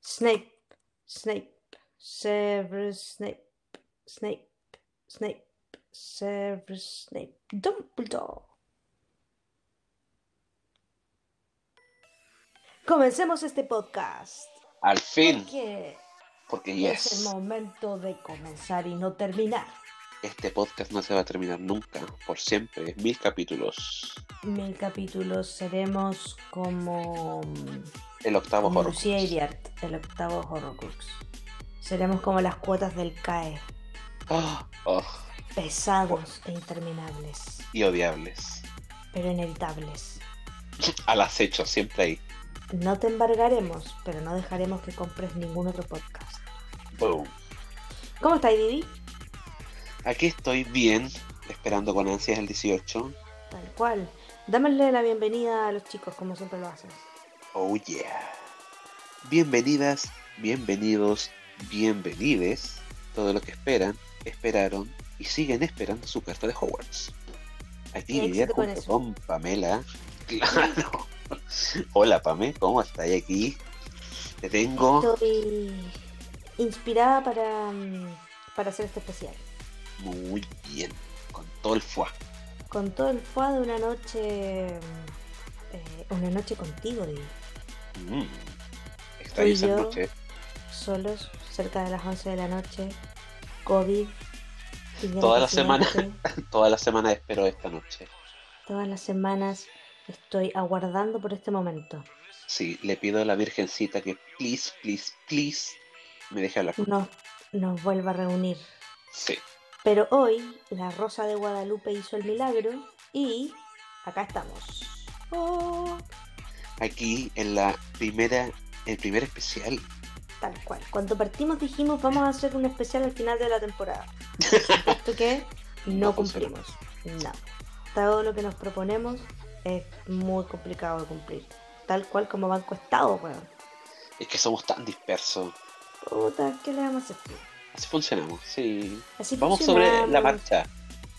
Snape, Snape, Severus Snape, Snape, Snape, Severus Snape, Dumbledore. Comencemos este podcast. Al fin, Porque porque es el yes, momento de comenzar y no terminar. este podcast no se va a terminar nunca, por siempre, mil capítulos. Mil capítulos seremos como, El octavo como Horcrux. Lucía Iriart, el octavo Horrocrux. Seremos como las cuotas del CAE, Ah, oh, pesados e interminables, y odiables. pero inevitables. Al acecho, siempre ahí. No te embargaremos, pero no dejaremos que compres ningún otro podcast. Boom. ¿Cómo estáis, Didi? Aquí estoy bien, esperando con ansias el 18. Tal cual. Dámosle la bienvenida a los chicos, como siempre lo haces. Oh yeah. Bienvenidas, bienvenidos, bienvenides. Todo lo que esperan, esperaron y siguen esperando su carta de Hogwarts. Aquí Qué vivía éxito con junto eso. con Pamela. Claro. Hola Pame, ¿cómo estás aquí? Te tengo Estoy inspirada para, mm, para hacer este especial. muy bien, con todo el fuá. Con todo el fuá de una noche. mm, eh, una noche contigo, Didi. Mm. Extraño esa yo. noche. Solos, cerca de las 11 de la noche. COVID. piñera Toda la semana. presidente. Toda la semana espero esta noche. Todas las semanas estoy aguardando por este momento. Sí, le pido a la Virgencita que please, please, please me deje hablar. nos, nos vuelva a reunir. Sí. Pero hoy la Rosa de Guadalupe hizo el milagro y acá estamos. Oh, aquí en la primera, el primer especial. tal cual. Cuando partimos dijimos vamos a hacer un especial al final de la temporada. Esto que no, No funcionó. cumplimos. No. Todo lo que nos proponemos es muy complicado de cumplir. Tal cual como Banco Estado, weón. Es que somos tan dispersos. Puta, ¿qué le vamos a hacer? Así funcionamos, sí. Así Vamos sobre la funcionamos. marcha.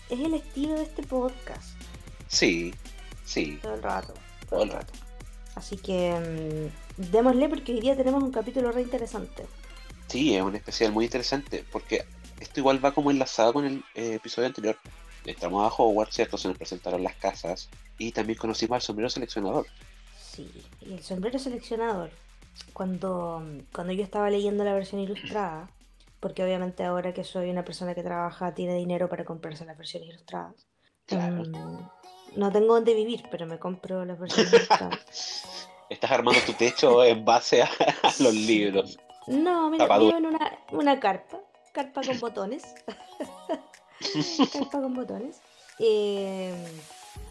Es el estilo de este podcast. Sí, sí. Todo el rato. Todo el rato. Así que mm, démosle porque hoy día tenemos un capítulo re interesante. Sí, es un especial muy interesante porque esto igual va como enlazado con el eh, episodio anterior. Entramos a Hogwarts, ¿cierto? Se nos presentaron las casas y también conocimos al sombrero seleccionador. Sí, y el sombrero seleccionador. Cuando, mm, cuando yo estaba leyendo la versión ilustrada, porque obviamente ahora que soy una persona que trabaja tiene dinero para comprarse las versiones ilustradas. Claro. Mm, no tengo dónde vivir, pero me compro las versiones ilustradas. Estás armando tu techo en base a, a los libros. No, mira, Tapadura. vivo en una, una carpa, carpa con botones. carpa con botones. Eh,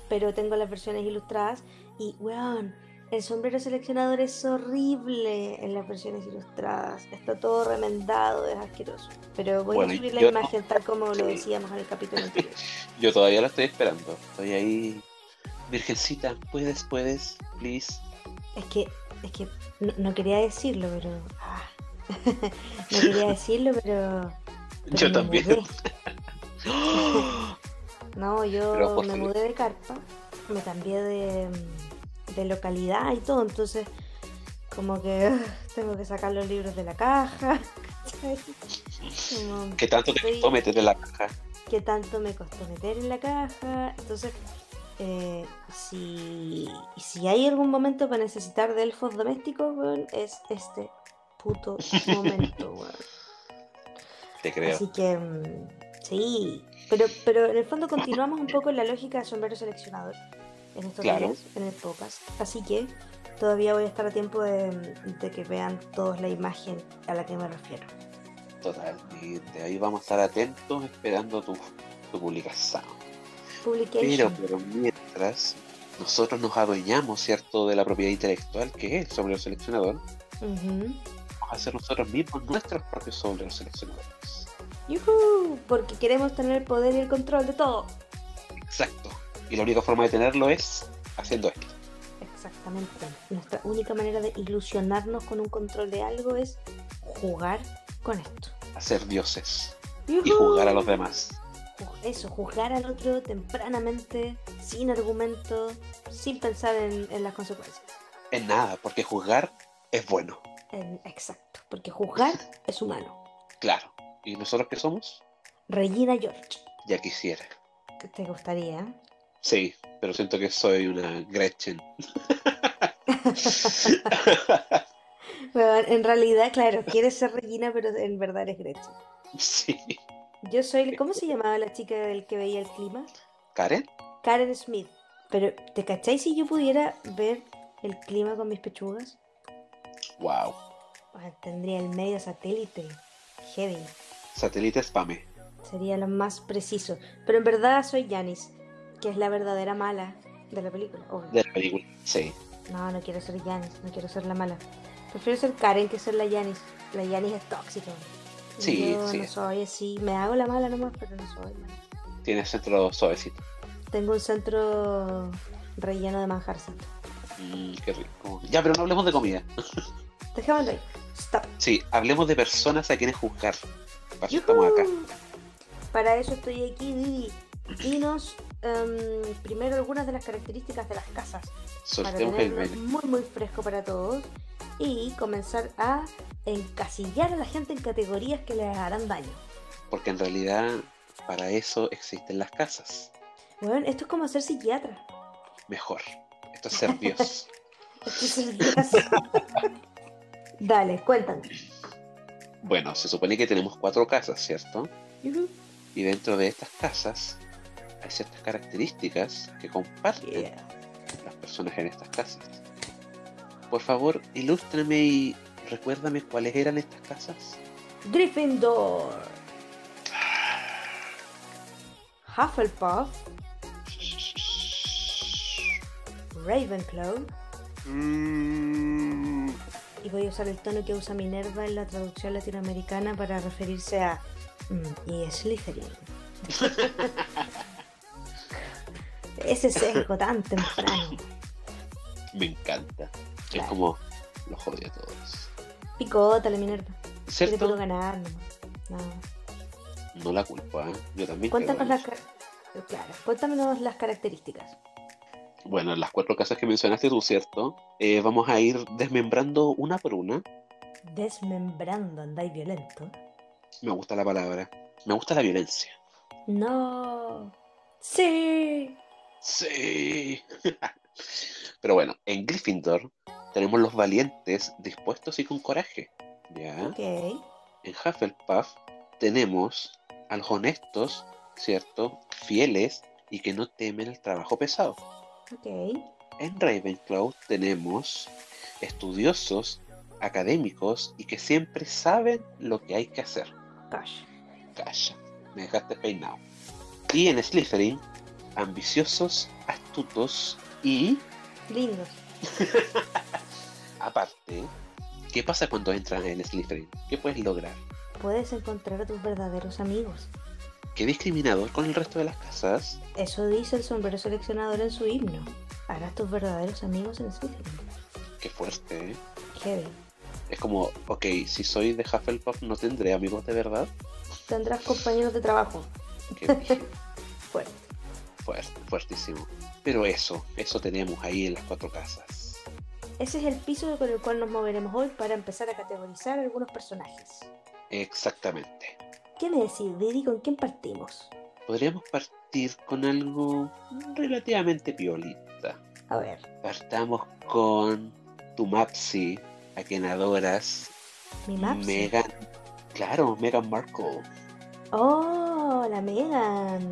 pero tengo las versiones ilustradas y, weón, el sombrero seleccionador es horrible en las versiones ilustradas. Está todo remendado, es asqueroso. Pero voy Bueno, a y subir la yo- imagen tal como Sí. lo decíamos en el capítulo anterior. Yo todavía lo estoy esperando. Estoy ahí. Virgencita, puedes, puedes, please. Es que, es que no, no quería decirlo, pero... ah. no quería decirlo, pero... pero Yo me también. mudé. No, Pero yo por me salud. mudé de carpa, me cambié de, mm, de localidad y todo, entonces como que ugh, tengo que sacar los libros de la caja, ¿cachai? Como, ¿Qué tanto te Estoy- costó meter en la caja? ¿Qué tanto me costó meter en la caja? Entonces, eh, si, si hay algún momento para necesitar de elfos domésticos, weón, es este puto momento, weón. Te creo. Así que mm, sí, pero, pero en el fondo continuamos un poco en la lógica de sombrero seleccionador en estos Claro. días, en el podcast. Así que todavía voy a estar a tiempo de, de que vean todos la imagen a la que me refiero. Totalmente. Ahí vamos a estar atentos esperando tu, tu publicación. Pero, Publication. pero mientras, nosotros nos adueñamos, ¿cierto?, de la propiedad intelectual que es sobre el seleccionador. Ujú. Vamos a hacer nosotros mismos nuestros propios sobre los seleccionadores. Yujú, Porque queremos tener el poder y el control de todo. Exacto. Y la única forma de tenerlo es haciendo esto. Exactamente. Nuestra única manera de ilusionarnos con un control de algo es jugar con esto. Hacer dioses. Y Yujú. jugar a los demás. ju- Pues eso, juzgar al otro tempranamente, sin argumento, sin pensar en, en las consecuencias. En nada, porque juzgar es bueno. En- Exacto, porque juzgar es humano. Claro. ¿Y nosotros qué somos? Regina George, Ya quisiera. ¿qué te gustaría? Sí, pero siento que soy una Gretchen. Weón, en realidad, claro, quieres ser Regina, pero en verdad eres Gretchen. sí. Yo soy, ¿cómo se llamaba la chica del que veía el clima? ¿Karen? Karen Smith. Pero, ¿te cacháis si yo pudiera ver el clima con mis pechugas? Wow. Ah, tendría el medio satélite. Heavy. Satélite Spame. Sería lo más preciso. Pero en verdad soy Janice, que es la verdadera mala de la película. obvio. De la película. Sí. No, no quiero ser Janice, no quiero ser la mala. Prefiero ser Karen que ser la Janice. La Janice es tóxica. Y Sí, yo sí. no soy así. Me hago la mala nomás, pero no soy mala. Tiene centro suavecito. Tengo un centro relleno de manjar santo. Mm, qué rico. Ya, pero no hablemos de comida. Dejémoslo ahí. Stop. Sí, hablemos de personas a quienes juzgar. Para eso estamos acá. Yujú. Para eso estoy aquí, Didi. Dinos em, primero algunas de las características de las casas para Sorteemos el tenerlo menú. muy muy fresco para todos y comenzar a encasillar a la gente en categorías que les harán daño. Porque en realidad, para eso existen las casas. Bueno, esto es como ser psiquiatra. Mejor. Esto es ser Dios. Esto es ser Dios. Dale, cuéntame. bueno, se supone que tenemos cuatro casas, ¿cierto? Yujú. Y dentro de estas casas hay ciertas características que comparten las personas en estas casas. Por favor, ilústrame y recuérdame cuáles eran estas casas. Gryffindor. Hufflepuff. Ravenclaw. Mm, Y voy a usar el tono que usa Minerva en la traducción latinoamericana para referirse a. mm, y Slytherin. Ese sesgo tan temprano. me encanta. Es Claro. como los odio a todos. Picota la Minerva. Yo te puedo ¿Cierto? ganar. nomás. Nada. No la culpo, ¿eh? Yo también. Cuéntanos creo las, eso. ca- claro, cuéntanos las características. Bueno, las cuatro casas que mencionaste tú, ¿cierto? Eh, vamos a ir desmembrando una por una. Desmembrando, andáis violento. Me gusta la palabra. Me gusta la violencia. No. Sí. Sí. Pero bueno, en Gryffindor tenemos los valientes dispuestos y con coraje. ¿Ya? Ok. En Hufflepuff tenemos a los honestos, ¿cierto? Fieles y que no temen el trabajo pesado. Ok. En Ravenclaw tenemos estudiosos, académicos y que siempre saben lo que hay que hacer. Cash. Calla, me dejaste peinado. Y en Slytherin, ambiciosos, astutos y, Lindos. aparte, ¿qué pasa cuando entras en Slytherin? ¿Qué puedes lograr? Puedes encontrar a tus verdaderos amigos. ¿Qué discriminador con el resto de las casas? Eso dice el sombrero seleccionador en su himno. Harás tus verdaderos amigos en Slytherin. Qué fuerte, ¿eh? Heavy. Es como, ok, si soy de Hufflepuff no tendré amigos de verdad. Tendrás compañeros de trabajo. Qué brígido. Fuerte. fuerte, fuertísimo. Pero eso, eso tenemos ahí en las cuatro casas. Ese es el piso con el cual nos moveremos hoy para empezar a categorizar algunos personajes. Exactamente. ¿Qué me decís, Didi? ¿Con quién partimos? Podríamos partir con algo relativamente piolita. A ver. Partamos con tu Mapsi, a quien adoras. Mi Mapsi. Megan. Claro, Megan Markle. Oh, la Megan.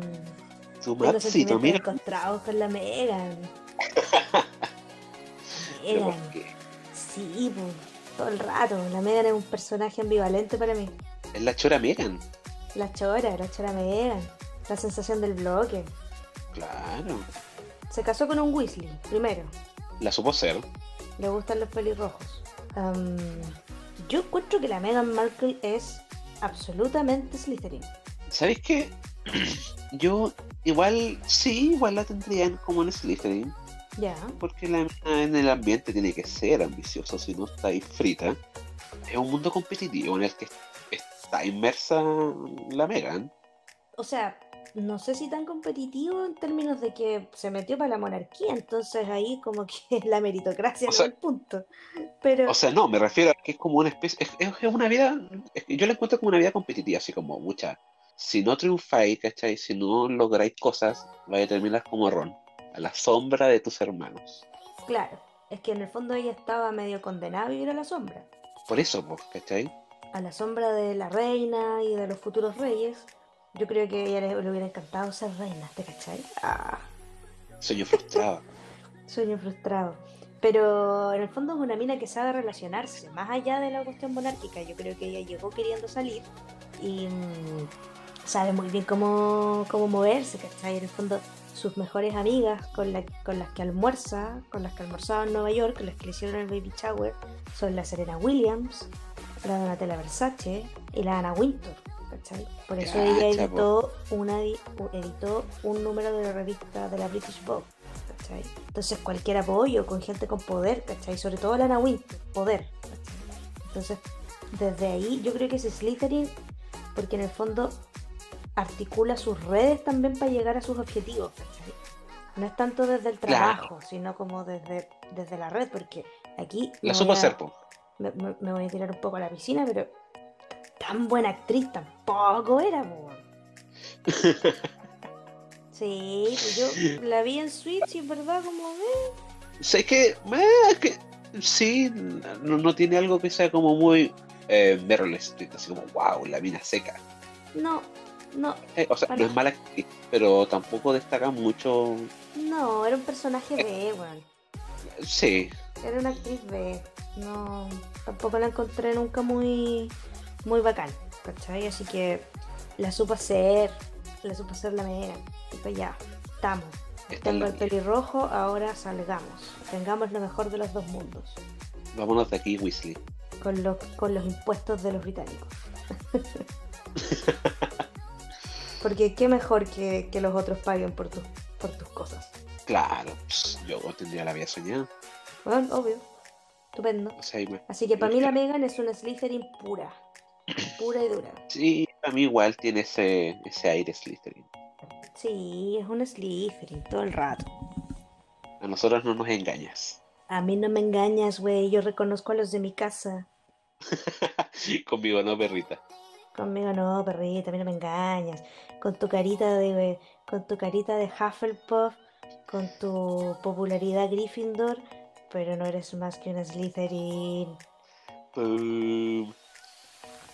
Tu Tengo Mapsi, tu sentimientos amiga. encontrados con la Megan. Pero ¿por Megan. qué? Sí, po, todo el rato. La Megan es un personaje ambivalente para mí. Es la chora Megan. La chora, la chora Megan. La sensación del bloque. Claro. Se casó con un Weasley, primero. La supo ser. Le gustan los pelirrojos. Am, yo encuentro que la Meghan Markle es absolutamente Slytherin. ¿Sabéis qué? Yo igual, sí, igual la tendrían como en Slytherin, Ya. porque la mina en el ambiente tiene que ser ambiciosa, si no está ahí frita. Es un mundo competitivo en el que está inmersa la Megan. O sea, no sé si tan competitivo en términos de que se metió para la monarquía, entonces ahí como que la meritocracia O no sea- es el punto. Pero O sea, no, me refiero a que es como una especie, es, es- es una vida, es que yo la encuentro como una vida competitiva, así como mucha. Si no triunfáis, ¿cachai? Si no lográis cosas, vais a terminar como Ron, a la sombra de tus hermanos. claro, es que en el fondo ella estaba medio condenada a vivir a la sombra, Por eso, pues, ¿cachai? a la sombra de la reina y de los futuros reyes. Yo creo que a ella le, le hubiera encantado ser reina, ¿te cachai? Ah. Sueño frustrado. Sueño frustrado. Pero en el fondo es una mina que sabe relacionarse, más allá de la cuestión monárquica. Yo creo que ella llegó queriendo salir y mm, sabe muy bien cómo, cómo moverse, ¿cachai? En el fondo, sus mejores amigas con, la- con las que almuerza, con las que almorzaba en Nueva York, con las que le hicieron el baby shower, son la Serena Williams, la Donatella Versace y la Anna Wintour, ¿cachai? Por eso ella Cacha, editó, una, di- editó un número de la revista de la British Vogue. ¿cachai? Entonces cualquier apoyo con gente con poder, ¿cachai? Sobre todo Lana Winter, poder. ¿cachai? Entonces, desde ahí yo creo que ese Slytherin, porque en el fondo articula sus redes también para llegar a sus objetivos, ¿cachai? No es tanto desde el Claro. trabajo, sino como desde, desde la red, porque aquí me La voy supo a- hacer, po. me, me- me voy a tirar un poco a la piscina, pero tan buena actriz tampoco era, po. Sí, pues yo la vi en Switch y es verdad como eh, Sé que, eh, es que sí, no, no tiene algo que sea como muy eh, Meryl Streep, así como, wow, la mina seca. no, no, Eh, o sea, no es mala actriz, pero tampoco destaca mucho. no, era un personaje B, weón. Sí, Era una actriz B. No, tampoco la encontré nunca muy, muy bacán, ¿cachai? Así que la supo hacer, la supo hacer la mera. Y pues ya, estamos. está en Tengo la el mía. pelirrojo, ahora salgamos. Tengamos lo mejor de los dos mundos. Vámonos de aquí, Weasley. Con los, con los impuestos de los británicos. Porque qué mejor que, que los otros paguen por, tus por tus cosas. Claro, pues, yo tendría la vida soñada. Bueno, obvio. Estupendo. O sea, ima- Así que para mí la Megan es una Slytherin pura. Pura y dura. sí, a mí igual tiene ese, ese aire Slytherin. Sí, es una Slytherin todo el rato. A nosotros no nos engañas. A mí no me engañas, güey. Yo reconozco a los de mi casa. Conmigo no, perrita. Conmigo no, perrita, a mí no me engañas. Con tu carita de, con tu carita de Hufflepuff, con tu popularidad Gryffindor, pero no eres más que una Slytherin, Pum.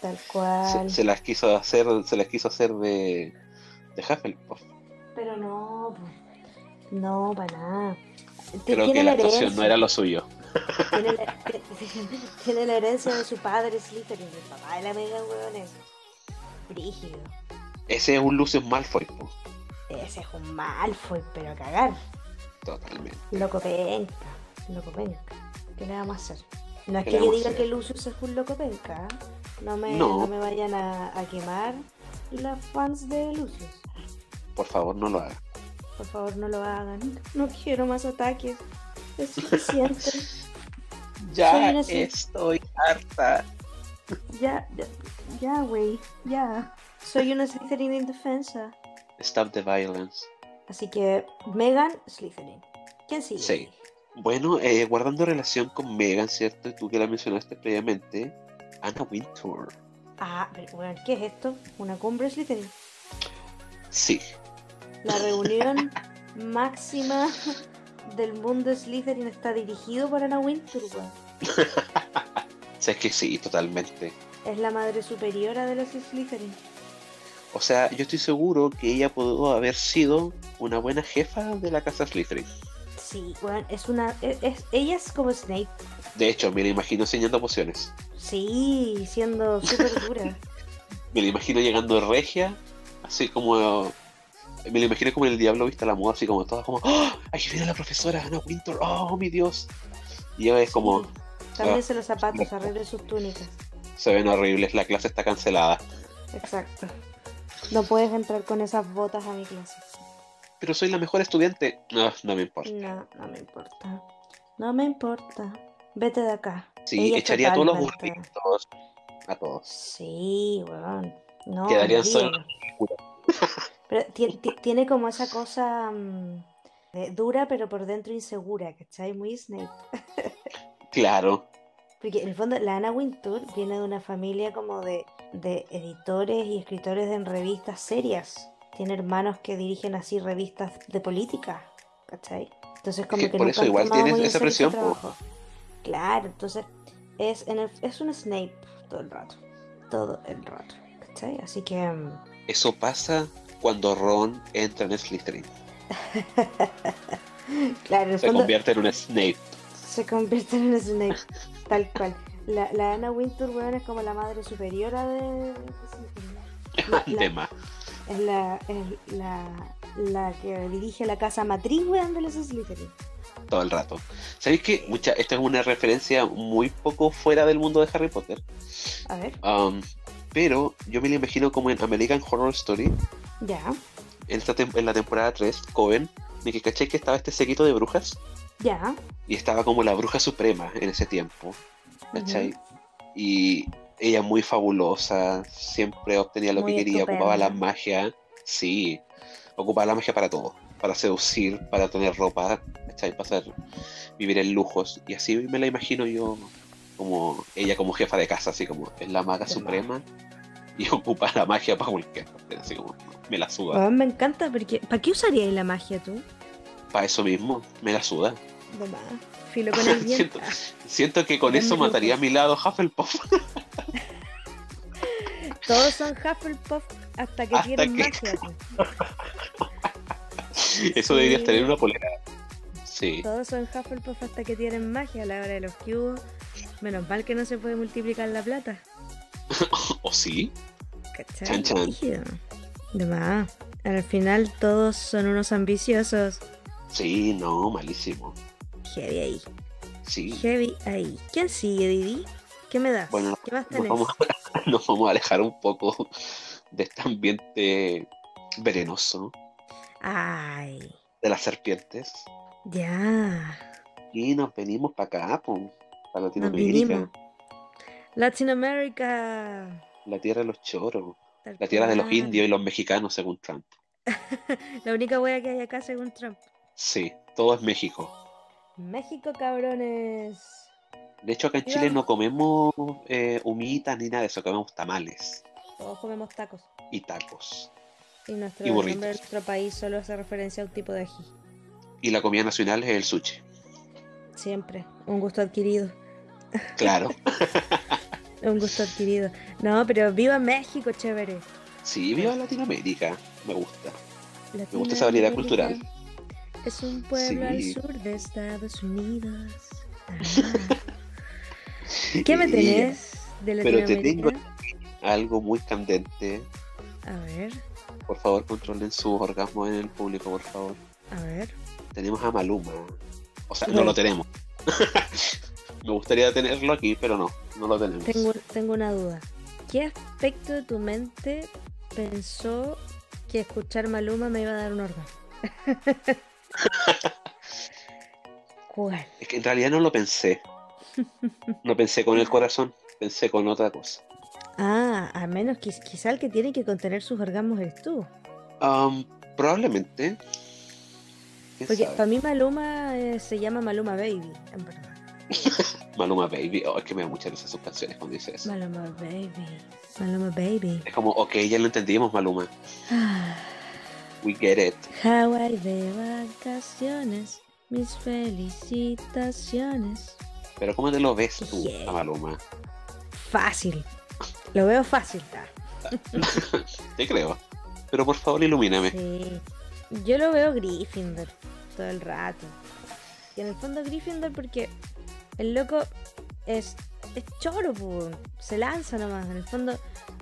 tal Se, cual. Um, se las quiso hacer, se las quiso hacer de, de Hufflepuff. Pero no, po. no, para nada. Te- Creo tiene que la herencia. actuación no era lo suyo. Tiene la, tiene la herencia de su padre Slytherin, el papá de la mega weón es brígido. Ese es un Lucius Malfoy, po. Ese es un Malfoy, pero a cagar. totalmente. Loco penca, loco penca. ¿Qué le vamos a hacer? No es ¿Qué que le yo vamos a diga hacer? que Lucius es un loco penca, ¿ah? no me, No. no me vayan a, a quemar las fans de Lucius. Por favor, no lo hagas. Por favor, no lo hagan. No quiero más ataques. Es suficiente. Soy Ya una Sly- estoy harta. ya, ya, ya, güey, ya. Soy una Slytherin indefensa. Stop the violence. Así que Megan Slytherin. ¿Quién sigue? Sí. Bueno, eh, guardando relación con Megan, ¿cierto? Y tú que la mencionaste previamente, Anna Wintour. Ah, pero bueno, ¿qué es esto? Una cumbre Slytherin. Sí, La reunión máxima del mundo Slytherin está dirigido por Anna Wintour. weón. sé que sí, totalmente. Es la madre superiora de los Slytherin. O sea, yo estoy seguro que ella pudo haber sido una buena jefa de la casa Slytherin. Sí, bueno, es una. e- es- ella es como Snape. De hecho, me la imagino enseñando pociones. Sí, siendo súper dura. Me la imagino llegando regia, así como... Me la imagino como en el diablo viste a la moda, así como todas como... ¡Ah! Aquí viene la profesora Anna Wintour. ¡Oh, mi Dios! Y ella es como... "Ah, Cámbiense los zapatos, arreglen sus túnicas. Se ven horribles, la clase está cancelada. Exacto. No puedes entrar con esas botas a mi clase. Pero soy la mejor estudiante. No, no me importa. No, no me importa. No me importa. Vete de acá. Sí, Ella es echaría a todos los totalmente- gorditos. A todos. Sí, weón. No, Quedarían olvídalo. solos. Pero ti- ti- tiene como esa cosa mm, de- dura, pero por dentro insegura, ¿cachai? Muy Snape. Claro, Porque en el fondo, la Anna Wintour viene de una familia como de, de editores y escritores en revistas serias. Tiene hermanos que dirigen así revistas de política, ¿cachai? Entonces como Que que, por nunca eso han igual tomado tienes muy en esa serio su presión, po. trabajo. Claro, entonces es, en el- es un Snape todo el rato. Todo el rato, ¿cachai? Así que... mm, eso pasa cuando Ron entra en Slytherin. Claro, en el Se fondo convierte en un Snape. se convierte en un Snape, tal cual. La, la Anna Wintour, weón, es como la madre superiora de... de Slytherin. La- la- Tema. Es la, es la, la que dirige la casa matriz, weón, de los Slytherin. todo el rato. ¿Sabéis que mucha, esta es una referencia muy poco fuera del mundo de Harry Potter? A ver, Am, pero yo me la imagino como en American Horror Story, ya, en, esta tem- en la temporada 3, Coven, de que caché que estaba este sequito de brujas ya. y estaba como la bruja suprema en ese tiempo. ¿Cachai? Y ella muy fabulosa, siempre obtenía lo Muy que quería, ocupaba la estupenda. magia, sí, ocupaba la magia para todo, para seducir, para tener ropa, ¿cachai? Para hacer- vivir en lujos. Y así me la imagino yo como ella como jefa de casa, así como es la maga Qué suprema y ocupa la magia para cualquier cosa, así como me la suda. Weón, me encanta porque... ¿Para qué usarías la magia tú? Ah. Para eso mismo, me la suda. De más. Filo con el viento. Siento- Siento que con Denme eso mataría a lujos. mi lado Hufflepuff. Todos son Hufflepuff hasta que Hasta tienen que- magia. po. Eso Sí. deberías tener una polera. Sí, Todos son Hufflepuff hasta que tienen magia a la hora de los cubos. Menos mal que no se puede multiplicar la plata. o sí, ¿Cachai? Chan, chan. Brígido. De más. Al final todos son unos ambiciosos. sí, no, malísimo. Heavy ahí. Sí, Heavy ahí. ¿Quién sigue, Didi? ¿Qué me das? Bueno, ¿Qué más nos tenés? vamos, nos vamos a alejar un poco de este ambiente venenoso Ay, de las serpientes ya. y nos venimos para acá, pum, para Nos Latinoamérica, vinimos. Latinoamérica. la tierra de los choros, Tal la tierra de los cual. indios y los mexicanos, según Trump. La única wea que hay acá, según Trump. Sí, todo es México. México, cabrones. De hecho, acá en Y Chile vamos. no comemos eh, humitas ni nada de eso, comemos tamales Todos comemos tacos. y tacos. Y nuestro Y el burritos. nombre de nuestro país solo hace referencia a un tipo de ají. Y la comida nacional es el sushi. Siempre. Un gusto adquirido. Claro. Un gusto adquirido. No, pero viva México, chévere. Sí, viva Latinoamérica, me gusta. Me gusta esa variedad cultural. Es un pueblo al Sí. sur de Estados Unidos. Ah. ¿Qué me Y tenés de Pero te Latinoamérica? Algo muy candente. A ver, Por favor, controlen sus orgasmos en el público, por favor. a ver. Tenemos a Maluma. O sea, No. no lo tenemos. me gustaría tenerlo aquí, pero no, no lo tenemos. Tengo, tengo una duda. ¿Qué aspecto de tu mente pensó que escuchar Maluma me iba a dar un orgasmo? ¿Cuál? Es que en realidad no lo pensé. No pensé con el corazón, pensé con otra cosa. Ah, a menos que quizá el que tiene que contener sus orgasmos eres tú. Am, Um, probablemente. ¿Quién Porque sabe? para mí Maluma eh, se llama Maluma Baby, en verdad. Maluma Baby. Oh, es que me da mucha risa sus canciones cuando dice eso. Maluma Baby. Maluma Baby. Es como, ok, ya lo entendimos, Maluma. Ah, We get it. Hawái de vacaciones. Mis felicitaciones. Pero ¿cómo te lo ves tú Yeah. a Maluma? Fácil. Lo veo fácil. ta. Te creo. Pero por favor, ilumíname. Sí. Yo lo veo Gryffindor todo el rato. Y en el fondo Gryffindor porque el loco es, es choro, po. se lanza nomás. En el fondo,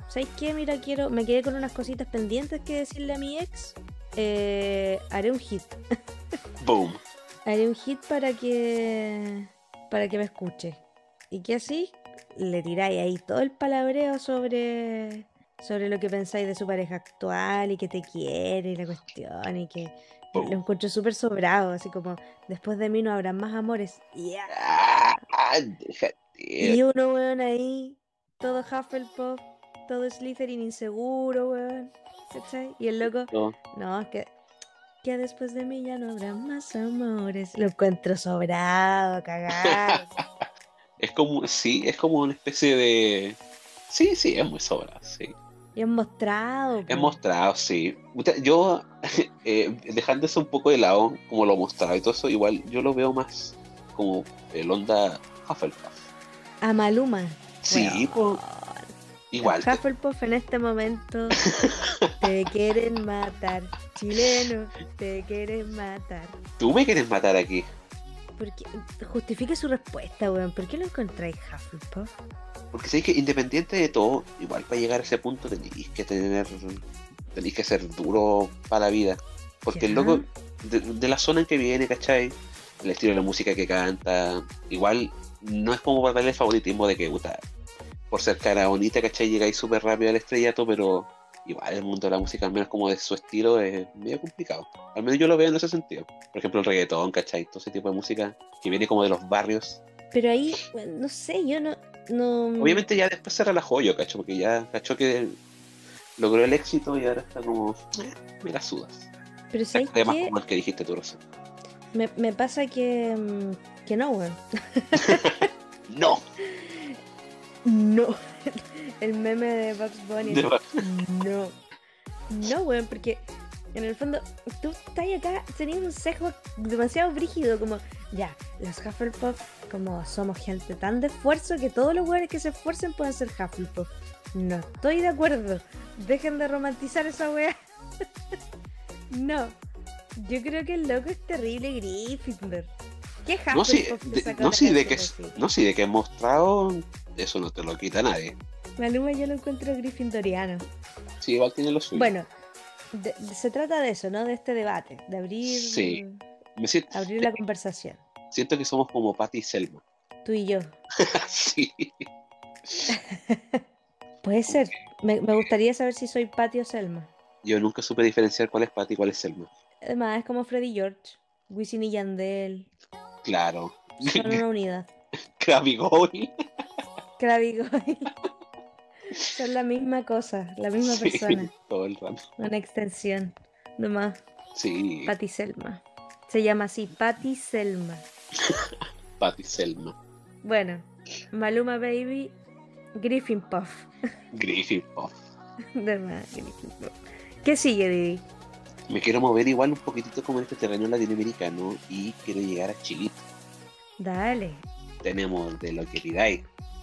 ¿sabes qué? Mira, quiero, me quedé con unas cositas pendientes que decirle a mi ex. Eh, haré un hit. Boom. Haré un hit para que para que me escuche. Y que así le tiráis ahí todo el palabreo sobre sobre lo que pensáis de su pareja actual y que te quiere y la cuestión y que lo boom. encuentro súper sobrado, así como después de mí no habrán más amores. Ya. Ah, déjate. Y uno weón ahí, todo Hufflepuff, todo Slytherin inseguro, weón. ¿Cachai? Y el loco, No, no, que, que después de mí ya no habrá más amores. Lo encuentro sobrado, cagado. es como, sí, es como una especie de. Sí, sí, es muy sobrado, sí. y han mostrado. Es po. mostrado, sí. Puta, Yo, eh, dejando eso un poco de lado, como lo mostraba y todo eso, igual yo lo veo más como el onda Hufflepuff. A Maluma. Sí, Weón. po, igual. Los Hufflepuff en este momento te quieren matar. Chileno, te quieren matar. Tú me quieres matar aquí. Porque, justifique su respuesta, weón. ¿Por qué lo encontráis Hufflepuff? Porque sé que independiente de todo, igual para llegar a ese punto tenéis que tener, tenéis que ser duro para la vida. Porque el Ya. loco, de, de la zona en que viene, ¿cachai? El estilo de la música que canta, igual no es como para darle el favoritismo de que, puta, por ser cara bonita, ¿cachai? Llegáis súper rápido al estrellato, pero igual el mundo de la música, al menos como de su estilo, es medio complicado. Al menos yo lo veo en ese sentido. Por ejemplo, el reggaetón, ¿cachai? Todo ese tipo de música que viene como de los barrios, Pero ahí, weón, no sé, yo no. no Obviamente ya después se relajó yo, cacho, porque ya cacho que logró el éxito y ahora está como, eh, me la sudas. Pero ¿sabes Además, qué? como el que dijiste tú, Rosa. Me, me pasa que. mm, Que no, weón. ¡No! No. El meme de Bugs Bunny. De verdad. No. No, weón, porque en el fondo tú estás acá, tenías un sesgo demasiado brígido, como ya, los Hufflepuff, como somos gente tan de esfuerzo que todos los weones que se esfuercen pueden ser Hufflepuff. No estoy de acuerdo. Dejen de romantizar esa weá. no. Yo creo que el loco es terrible Gryffindor. ¿Qué Hufflepuff? No sí, te de, saca la no pues, sí de que cabeza así? no sí de que es mostrado, eso no te lo quita nadie. Maluma yo lo encuentro Gryffindoriano. Sí, igual tiene lo suyo. Bueno, de- de- se trata de eso, ¿no? De este debate, de abrir, Sí. Me siento, abrir la conversación, siento que somos como Patty y Selma. tú y yo. sí. Puede ser. Me, me gustaría saber si soy Patty o Selma. Yo nunca supe diferenciar cuál es Patty y cuál es Selma. Además, es como Freddy George, Wisin y Yandel. Claro. Son una unidad. Krabby Goy. Clavigoy. Son la misma cosa, la misma Sí, persona. Todo el rato. Una extensión. Nomás, Sí, Patty Selma. Se llama así, Patty Selma. Patty y Selma. Bueno, Maluma Baby, Griffin Puff. Griffin Puff. De más, Griffin Puff. ¿Qué sigue, Didi? Me quiero mover igual un poquitito como en este terreno latinoamericano y quiero llegar a Chile. Dale. Tenemos de lo que diráis.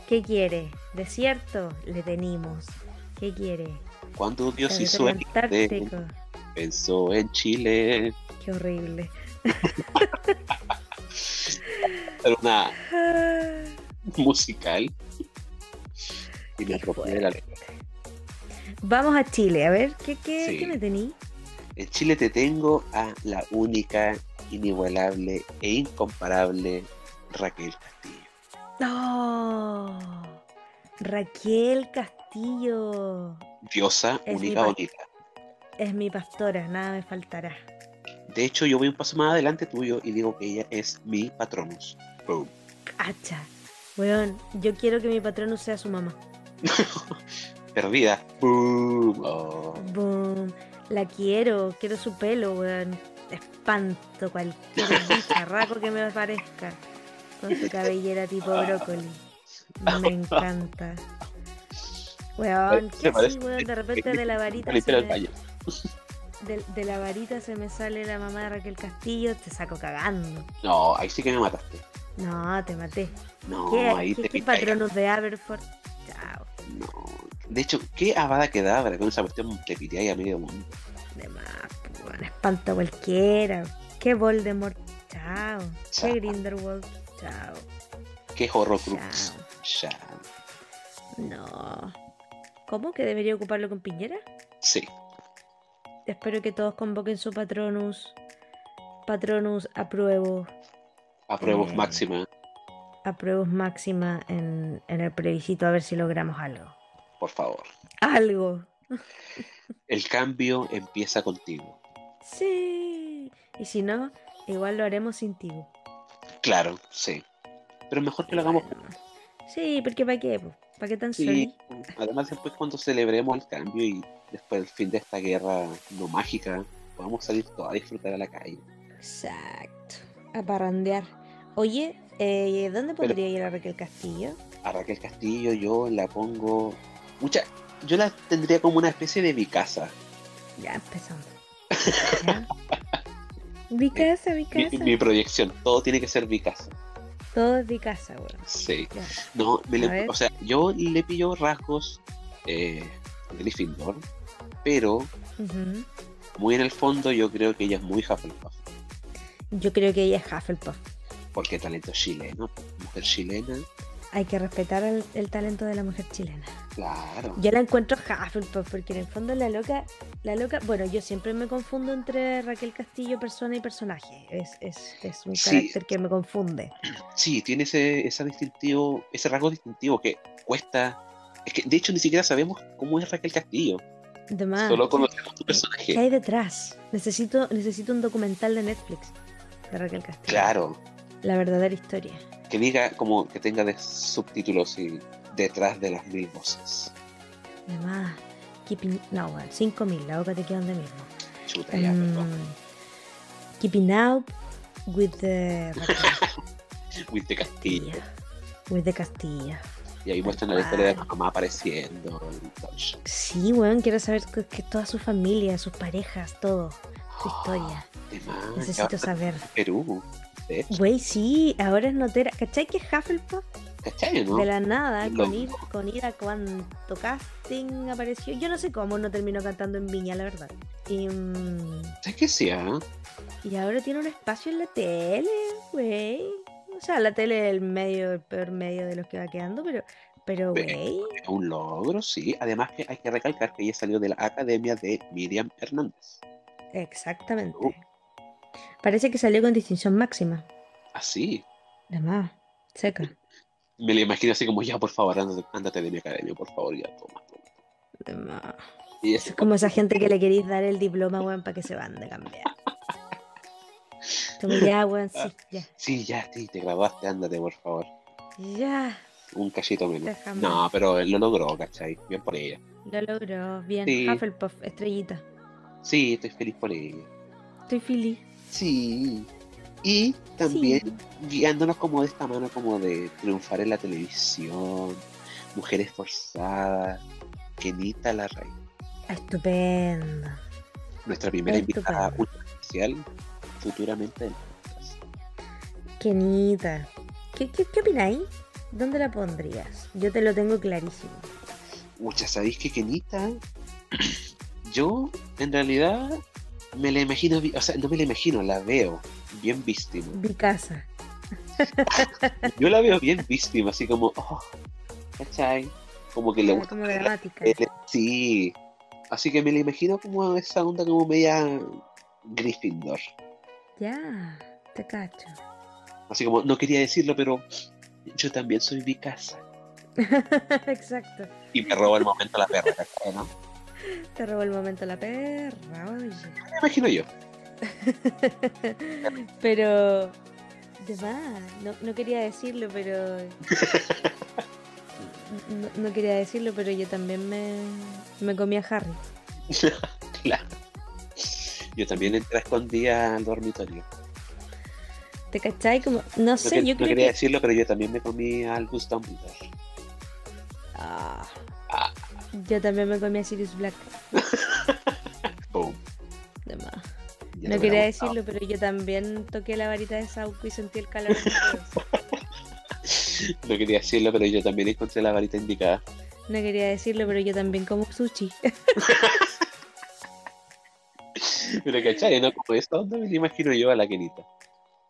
¿Qué quiere? Desierto, le tenemos. ¿Qué quiere? Cuando Dios hizo Territorio el Antártico. pensó en Chile. Qué horrible. Era una Ah, musical. Y me Qué apropié de la letra. Vamos a Chile, a ver, ¿qué, qué, Sí. qué me tení? En Chile te tengo a la única, inigualable e incomparable Raquel Castillo. ¡Oh! Raquel Castillo Diosa Es mi única pa- bonita. es mi pastora, nada me faltará. De hecho, yo voy un paso más adelante tuyo y digo que ella es mi patronus. Boom. ¡Hacha! Weón, yo quiero que mi patrono sea su mamá. Perdida. Boom. Oh. Boom. La quiero, quiero su pelo, weón. Espanto cualquier bicharraco que me aparezca. Con su cabellera tipo Ah. brócoli. Me encanta. Weón, Se ¿qué así, parece- weón? De repente de la varita Para se limpiar el me, baño. de, de la varita se me sale la mamá de Raquel Castillo, te saco cagando. No, ahí sí que me mataste. No, te maté. No, ¿Qué, ahí qué- te qué pinta patronos de Aberford? Chao. ya. No. De hecho, qué avada quedaba con esa cuestión te pité ahí a medio mundo. De más, pues, weón, espanto a cualquiera. Qué Voldemort. Chao. Chao. Qué Grindelwald. Chao. Qué horrocrux. Chao. Ya. No. ¿Cómo? ¿Que debería ocuparlo con Piñera? Sí. Espero que todos convoquen su Patronus. Patronus, apruebo. Apruebo Eh. máxima, Apruebo máxima en, en el plebiscito a ver si logramos algo. por favor. ¡Algo! El cambio empieza contigo. ¡Sí! Y si no, igual lo haremos sin ti. Claro, sí. Pero mejor que lo hagamos. Sí, porque ¿para qué? po? ¿Para qué tan Y sorry? además después cuando celebremos el cambio y después del fin de esta guerra no mágica, podamos salir todos a disfrutar a la calle. Exacto. A parrandear. Oye, eh, ¿dónde podría ir a Raquel Castillo? A Raquel Castillo yo la pongo... Mucha... Yo la tendría como una especie de mi casa. Ya empezamos. Ya. mi casa, mi Eh, Mi, casa. mi proyección. Todo tiene que ser mi casa. Todo es mi casa, weón. Sí. Ya. No, me le- A ver. o sea, yo le pillo rasgos eh, de Gryffindor, pero Ujú. muy en el fondo yo creo que ella es muy Hufflepuff, Yo creo que ella es Hufflepuff. porque talento chileno, mujer chilena, Hay que respetar el, el talento de la mujer chilena. claro. Yo la encuentro Hufflepuff porque en el fondo la loca, la loca, bueno, yo siempre me confundo entre Raquel Castillo persona y personaje. Es, es, es un Sí. carácter que me confunde. Sí, tiene ese, ese distintivo, ese rasgo distintivo que cuesta. Es que de hecho ni siquiera sabemos cómo es Raquel Castillo. De más, Solo conocemos ¿Qué su personaje. hay detrás? Necesito, necesito un documental de Netflix de Raquel Castillo. Claro. La verdadera historia. Que diga como que tenga de subtítulos y detrás de las mil voces. De más, keeping, no, bueno, 5000, la boca te queda donde mismo. Chuta, ya, perdón. Mm, keeping up with the Raquel Will de Castillo. Castillo. With the Castilla. Y ahí muestran la historia de la mamá apareciendo. y todo eso. Sí, weón, quiero saber que, que toda su familia, sus parejas, todo, su historia. De más, que ahora Necesito está en saber. Perú. De hecho, Güey, sí, ahora es notera. ¿Cachai que Hufflepuff ¿cachai, no? de la nada, Loco. con ir, con ir a cuanto casting apareció? Yo no sé cómo no terminó cantando en Viña, la verdad. Y, mm, ¿Sabes qué sea? y ahora tiene un espacio en la tele, güey. O sea, la tele es el medio, el peor medio de los que va quedando, pero, pero, Ve. güey, Es un logro, sí. Además que hay que recalcar que ella salió de la academia de Miriam Hernández. exactamente. Uh. Parece que salió con distinción máxima. Así. Además, seca. Ah, Me la imagino así como, ya, por favor, ándate, ándate de mi academia, por favor, ya, toma. toma". De más. Y Es así, como esa gente que le queréis dar el diploma, weón, para que se van de cambiar. Como ya, weón, sí, ya. sí, ya, sí, te graduaste, ándate, por favor. Ya, Un cachito menos. Déjame. No, pero él lo logró, ¿cachai? Bien por ella. lo logró. Bien, Sí. Hufflepuff, estrellita. Sí, estoy feliz por ella. Estoy feliz. Sí. Y también guiándonos como de esta mano, como de triunfar en la televisión, mujeres forzadas, Kenita Larraín. Estupendo. Nuestra primera invitada Estupendo. ultra especial, futuramente del podcast. Kenita. ¿Qué, qué, qué opináis? ¿Dónde la pondrías? Yo te lo tengo clarísimo. Muchas, ¿sabéis que Kenita? Yo, en realidad, me la imagino, vi- o sea, no me la imagino, la veo bien víctima. Mi casa. Yo la veo bien víctima, así como, oh, ¿cachai? Como que le gusta Como dramática. Él es- Sí. Así que me la imagino como esa onda como media Gryffindor. Ya, te cacho. Así como, no quería decirlo, pero yo también soy mi casa. Exacto. Y me roba el momento la perra, ¿cachai, ¿no? Te robó el momento la perra, oye. Me imagino yo. pero. De más, no, no quería decirlo, pero. No, no quería decirlo, pero yo también me, me comí a Harry. Claro. Yo también entré a escondida al dormitorio. No ¿Te cachai? Como, no sé, que- yo no creo quería que. decirlo, pero yo también me comí al Albus Dumbledore. Ah. Ah. yo también me comí a Sirius Black. Boom. De más. Ya No me quería la- decirlo, pero yo también toqué la varita de Sauco y sentí el calor. en mis dedos. No quería decirlo, pero yo también encontré la varita indicada. No quería decirlo, pero yo también como sushi. Pero ¿cachai? ¿No? Como esa onda me la imagino yo a la Kenita.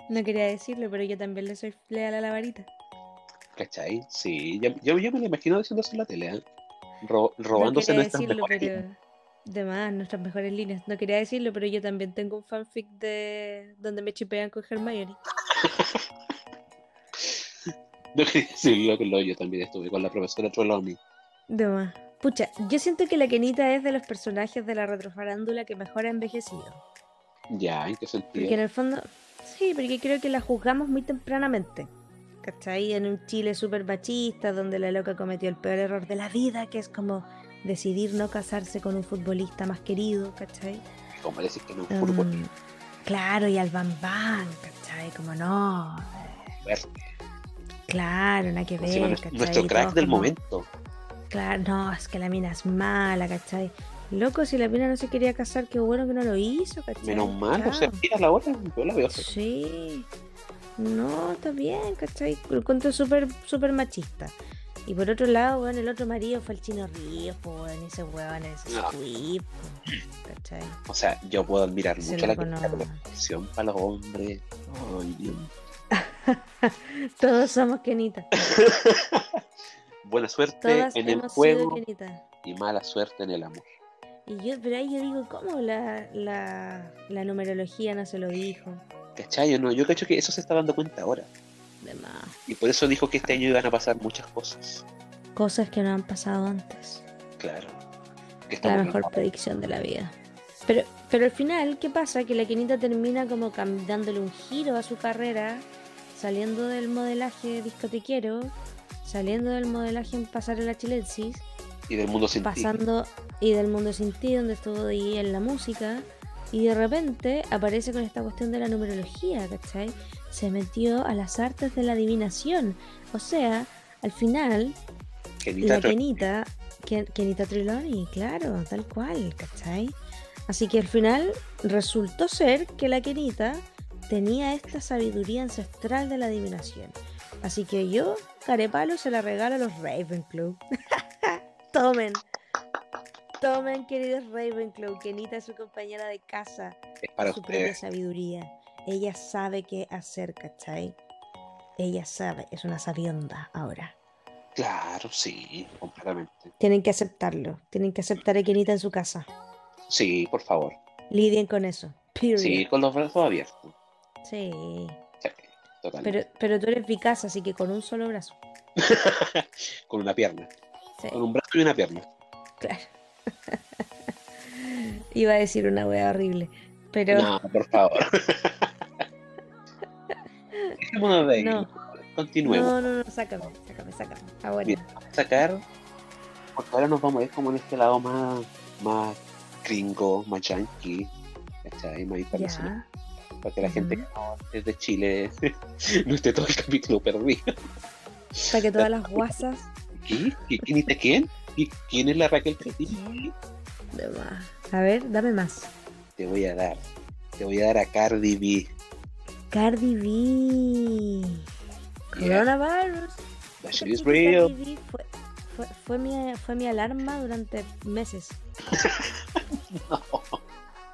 No quería decirlo, pero yo también le soy leal a la varita. ¿Cachai? Sí, ya- yo, yo me lo imagino diciendo eso en la tele, ¿eh? Ro- robándose no quería nuestras decirlo, mejores líneas. pero de más, nuestras mejores líneas. No quería decirlo, pero yo también tengo un fanfic de donde me chipean con Hermione. No quería decirlo, pero yo también estuve con la profesora Trelawney. De más. Pucha, yo siento que la Kenita es de los personajes de la retrofarándula que mejor ha envejecido. Ya, ¿en Porque qué sentido? en el fondo, sí, porque creo que la juzgamos muy tempranamente. ¿cachai? En un Chile súper bachista, donde la loca cometió el peor error de la vida, que es como decidir no casarse con un futbolista más querido, ¿cachai? Como le decís que no es Um, fútbol, claro, y al bambán, ¿cachai? Como no, Bueno, claro, nada que encima ver, nuestro- ¿cachai? nuestro Y crack todos del como, momento. Claro, no, es que la mina es mala, ¿cachai? Loco, si la mina no se quería casar, qué bueno que no lo hizo, ¿cachai? Menos mal, pues, o sea, Claro. mira la otra, yo la veo. fea. Sí. No, está bien, ¿cachai? Lo encuentro súper súper machista. Y por otro lado, bueno, el otro marido fue el chino Ríos, pues, bueno, ese weón es No. squid, po, ¿cachai? O sea, yo puedo admirar Se mucho lo la que- la conozco. compasión para los hombres. Ay, Dios. Todos somos Kenita. Buena suerte Todas en el hemos sido juego Kenita. y mala suerte en el amor. Y yo, pero ahí yo digo, ¿cómo la, la, la numerología no se lo dijo? ¿Cachai? Yo, no, yo cacho que eso se está dando cuenta ahora. De más. Y por eso dijo que este año iban a pasar muchas cosas. Cosas que no han pasado antes. Claro. Que la estamos mejor viendo. predicción de la vida. Pero, pero al final, ¿qué pasa? Que la Quinita termina como cam- dándole un giro a su carrera, saliendo del modelaje discotequero, saliendo del modelaje en pasar a la chilensis, Y del mundo sin ti. pasando y del mundo sin ti, donde estuvo ahí en la música, y de repente aparece con esta cuestión de la numerología, ¿cachai? Se metió a las artes de la adivinación. O sea, al final Que ni la tanto- Kenita, Ken- Kenita Triloni, claro, tal cual, ¿cachai? Así que al final resultó ser que la Kenita tenía esta sabiduría ancestral de la adivinación. Así que yo, Carepalo, se la regalo a los Ravenclaw. Tomen. Tomen, queridos Ravenclaw. Kenita es su compañera de casa es para su propia ustedes. sabiduría. Ella sabe qué hacer, ¿cachai? Ella sabe, es una sabionda ahora. Claro, sí, completamente. Tienen que aceptarlo. Tienen que aceptar a Kenita en su casa. Sí, por favor. Lidien con eso. Period. Sí, con los brazos abiertos. Sí. Sí, totalmente. Pero, pero tú eres Picasa, así que con un solo brazo. Con una pierna. Sí, Con un brazo y una pierna. claro. Iba a decir una wea horrible. Pero No, por favor. Dejémonos de ahí. No. Continuemos. no, no, no, sácame, sácame, sácame. Ah, Ahora. Mira, vamos a sacar, porque ahora nos vamos a ir como en este lado más, más gringo, más yankee, ¿cachai? Más internacional. Ya. Para que la gente que Ujú. no es de Chile no esté todo el capítulo perdido. Para que todas las guasas. ¿Qué? ¿Qué- ¿Quién está quién? ¿Qui- ¿Quién es la Raquel Castillo? De más. A ver, dame más. Te voy a dar. Te voy a dar a Cardi B. Cardi B. Yeah. Coronavirus. The shit is Cachai que real. Cardi B Fue, fue, fue mi, fue mi alarma durante meses.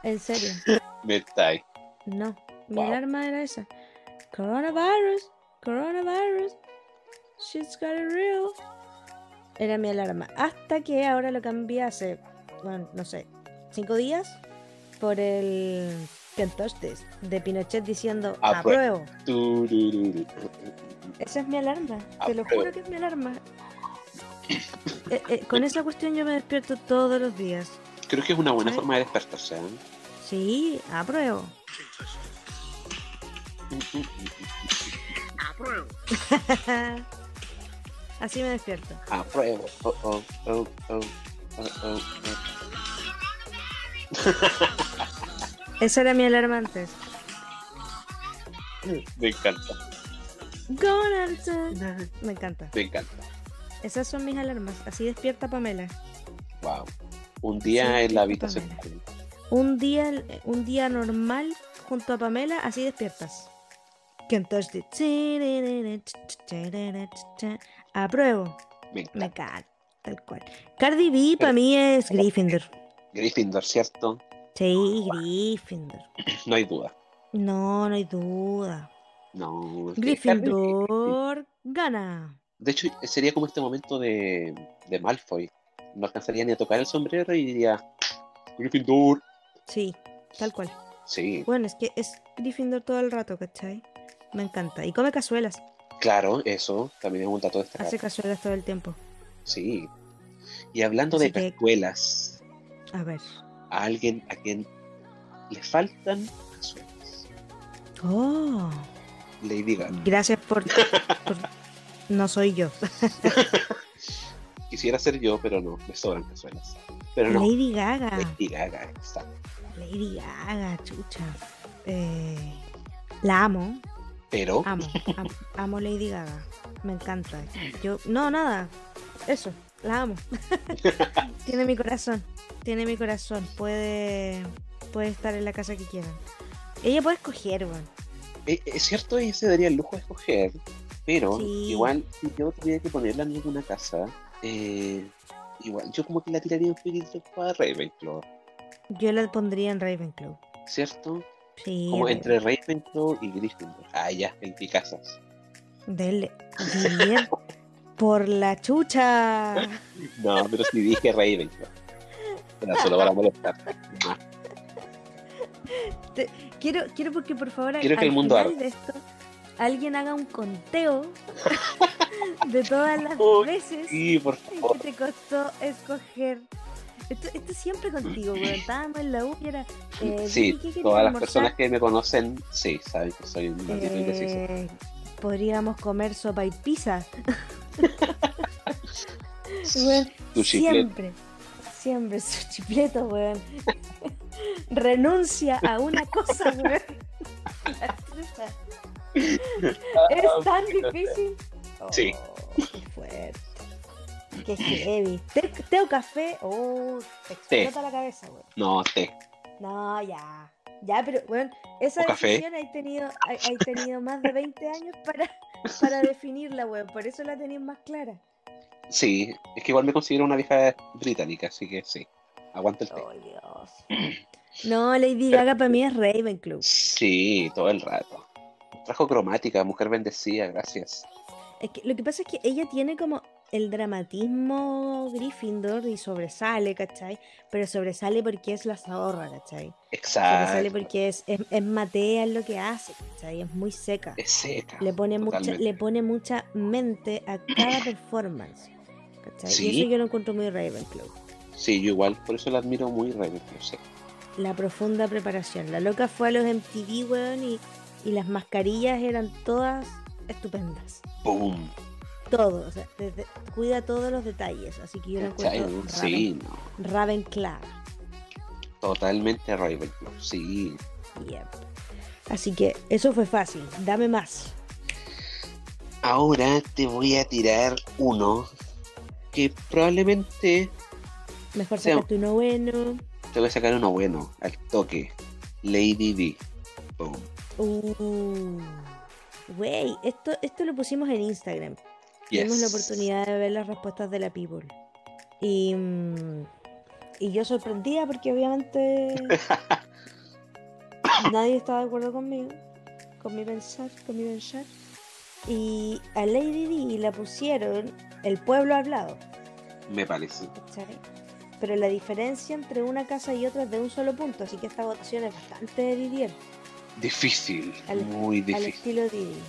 En serio, Me está ahí. no. Mi Wow. alarma era esa. Coronavirus, coronavirus, shit's got real. Era mi alarma. Hasta que ahora lo cambié hace, bueno, no sé, cinco días por el Pentostes de Pinochet diciendo Apruebo. apruebo. Turururu. Esa es mi alarma, te lo juro que es mi alarma. Eh, eh, con esa cuestión yo me despierto todos los días. Creo que es una buena Ay. forma de despertarse. ¿eh? Sí, apruebo. Así me despierto. Apruebo. Oh, oh, oh, oh, oh, oh, oh. Esa era mi alarma antes. Me encanta, Gone outside. Me encanta. me encanta. Esas son mis alarmas. Así despierta Pamela. Wow. Un día Sí, en la habitación. Un día, un día normal junto a Pamela, así despiertas. Can't touch it. Apruebo. Me Me encanta. encanta. Tal cual. Cardi B para mí es Gryffindor. Gryffindor, ¿cierto? Sí, Gryffindor. No hay duda. No, no hay duda. No. es que Gryffindor gana. De hecho, sería como este momento de, de Malfoy. No alcanzaría ni a tocar el sombrero y diría Gryffindor. Sí, tal cual. Sí, Bueno, es que es Gryffindor todo el rato, ¿cachai? Me encanta. Y come cazuelas. claro, eso también es un dato destacado. Hace cazuelas todo el tiempo. Sí. Y hablando Así de que- cazuelas, A ver. a alguien a quien le faltan cazuelas. Oh, Lady Gaga. Gracias por... por- No soy yo. Quisiera ser yo, pero no, me sobran cazuelas. Pero no, Lady Gaga. Lady Gaga, exacto. Lady Gaga, chucha. Eh, la amo, Pero amo, am- amo Lady Gaga. Me encanta. Yo, no, nada. Eso, la amo. tiene mi corazón, tiene mi corazón. Puede, puede estar en la casa que quieran. Ella puede escoger, weón. eh, es cierto, ella se daría el lujo de escoger, pero Sí. igual si yo tuviera que ponerla en alguna casa, eh, igual yo como que la tiraría un poquito para Ravenclaw, Yo la pondría en Ravenclaw. ¿cierto? Sí. Como Raven- entre Ravenclaw y Gryffindor. Ah, ya, el Picasas. Dele. Bien. Por la chucha. No, pero si dije Ravenclaw. Era solo para molestar. No. Quiero, quiero porque por favor Quiero que al el mundo final arda. de esto alguien haga un conteo de todas las Uy, veces Sí, por que favor. te costó escoger. Esto, esto siempre contigo, weón. Estábamos en la U y era. eh, Sí, Vicky, ¿qué querías todas las almorzar? personas que me conocen, sí, saben que soy un maldito indeciso. Eh, podríamos comer sopa y pizza. Weón, Tu chiclete. siempre, siempre, su chipleto, weón. Renuncia a una cosa, weón. Ah, La trufa. Es tan difícil. Sí. Oh, qué fuerte. Qué heavy. Té, té o café. Oh, te Té. explota la cabeza, weón. No, té. No, ya. Ya, pero, weón, esa O café. decisión hay tenido, hay, hay tenido más de 20 años para, para definirla, weón. Por eso la tenéis más clara. Sí, es que igual me considero una vieja británica, así que sí. Aguanta el té. Oh, Dios. No, Lady Gaga para mí es Ravenclaw. Sí, todo el rato. Trajo cromática, mujer bendecida, gracias. Es que lo que pasa es que ella tiene como el dramatismo Gryffindor y sobresale, ¿cachai? Pero sobresale porque es la zorra, ¿cachai? Sobresale Exacto. porque es, es, es matea en lo que hace, ¿cachai? Es muy seca. Es seca. Le pone, mucha, totalmente. le pone mucha mente a cada performance. ¿cachai? Y Sí. eso yo lo encuentro muy Ravenclaw. Sí, yo igual, por eso la admiro muy Ravenclaw, sí. La profunda preparación. La loca fue a los MTV, weón, y, y las mascarillas eran todas estupendas. ¡Boom! Todo, o sea, desde- cuida todos los detalles. Así que yo lo ¿Cachai? encuentro Raven- Sí, no. Ravenclaw. Totalmente Ravenclaw, sí. Yep. Así que eso fue fácil. Dame más. Ahora te voy a tirar uno que probablemente Mejor Sí. sacaste uno bueno. te voy a sacar uno bueno al toque. Lady D. Boom. Uh. Güey, esto, esto lo pusimos en Instagram. Tuvimos Yes. la oportunidad de ver las respuestas de la people. Y, mm, y yo sorprendida porque obviamente nadie estaba de acuerdo conmigo, con mi pensar, con mi pensar. Y a Lady D la pusieron el pueblo hablado, Me parece. ¿cachai? Pero la diferencia entre una casa y otra es de un solo punto, así que esta votación es bastante de Didier, Difícil. Al- muy al difícil. estilo Didi.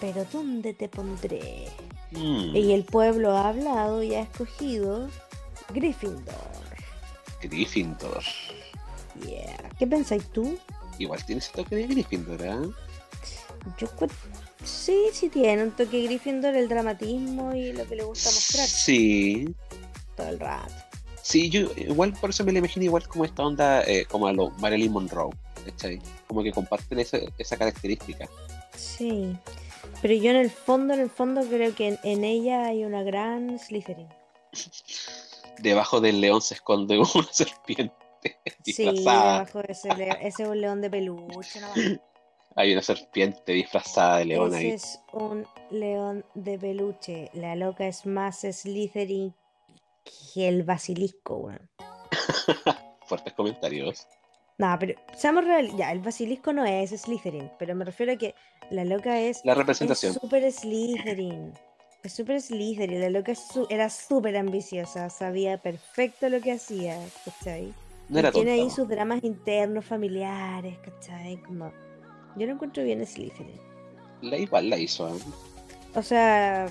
Pero ¿dónde te pondré? Mm, Y el pueblo ha hablado y ha escogido Gryffindor. Gryffindor. Yeah. ¿Qué pensáis tú? Igual tiene ese toque de Gryffindor, ¿ah? Yo cuen- sí, sí tiene un toque Gryffindor, el dramatismo y lo que le gusta mostrar Sí. todo el rato. Sí, yo igual por eso me lo imagino igual como esta onda, eh, como a lo Marilyn Monroe. ¿Cachai? Como que comparten esa, esa característica. Sí. Pero yo en el fondo, en el fondo creo que en, en ella hay una gran Slytherin. Debajo del león se esconde una serpiente Sí, disfrazada. debajo de ese, le- ese es un león de peluche. nomás. Hay una serpiente disfrazada de león Ese ahí. es un león de peluche. La loca es más Slytherin que el basilisco, weón. Fuertes comentarios. No, pero seamos reales. Ya, el basilisco no es Slytherin, pero me refiero a que la loca es La es representación. súper Slytherin. Es súper Slytherin. La loca es su- era súper ambiciosa, sabía perfecto lo que hacía, ¿cachai? No era Y Tiene ahí tonta. sus dramas internos, familiares, ¿cachai? Como... Yo no encuentro bien a Slytherin. La igual la hizo. ¿eh? O sea,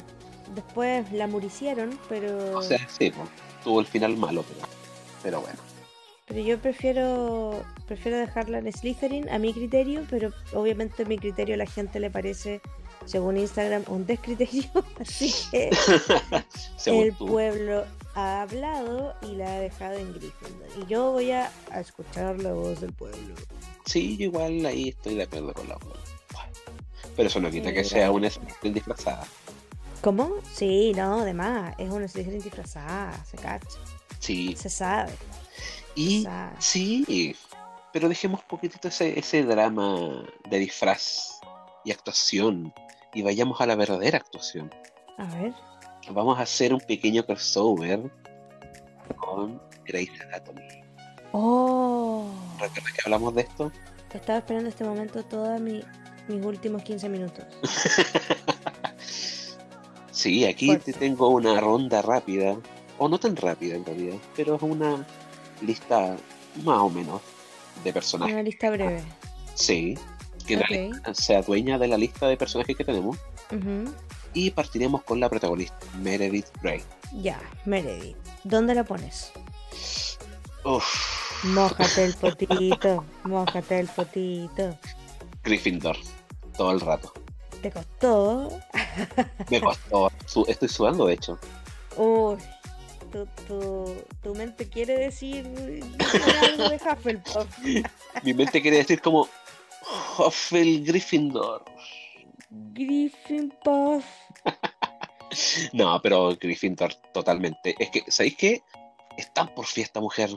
después la muricieron, pero... O sea, sí, po, tuvo el final malo, pero, pero bueno. Pero yo prefiero prefiero dejarla en Slytherin a mi criterio, pero obviamente a mi criterio a la gente le parece, según Instagram, un descriterio. Así que Según el tú. pueblo ha hablado y la ha dejado en Gryffindor. Y yo voy a, a escuchar la voz del pueblo. Sí, yo igual ahí estoy de acuerdo con la abuela. Bueno, Pero eso no quita que Sí, sea mira. una Slytherin disfrazada. ¿Cómo? Sí, no, además, es una Slytherin disfrazada, se cacha, Sí. se sabe. Y sabe. sí, pero dejemos un poquitito ese, ese drama de disfraz y actuación y vayamos a la verdadera actuación. A ver. Vamos a hacer un pequeño crossover con Grey's Anatomy. Oh, ¿Recuerdas que hablamos de esto? estaba esperando este momento todos mis últimos 15 minutos. Sí, aquí Por te favor. tengo una ronda rápida, o no tan rápida en realidad, pero es una lista más o menos de personajes. Una lista breve. Sí, que en Ok. realidad se adueña de la lista de personajes que tenemos. Ujú. Y partiremos con la protagonista, Meredith Grey. Ya, Meredith. ¿Dónde la pones? Uff, Mójate el potito, mójate el potito. Gryffindor, todo el rato. ¿Te costó? Me costó, su- estoy sudando de hecho. Uy, tu, tu, tu mente quiere decir algo de Hufflepuff. Mi mente quiere decir como, Huffel Gryffindor. Gryffindor. No, pero Gryffindor totalmente. Es que, ¿sabéis qué? Están por fiesta, mujer.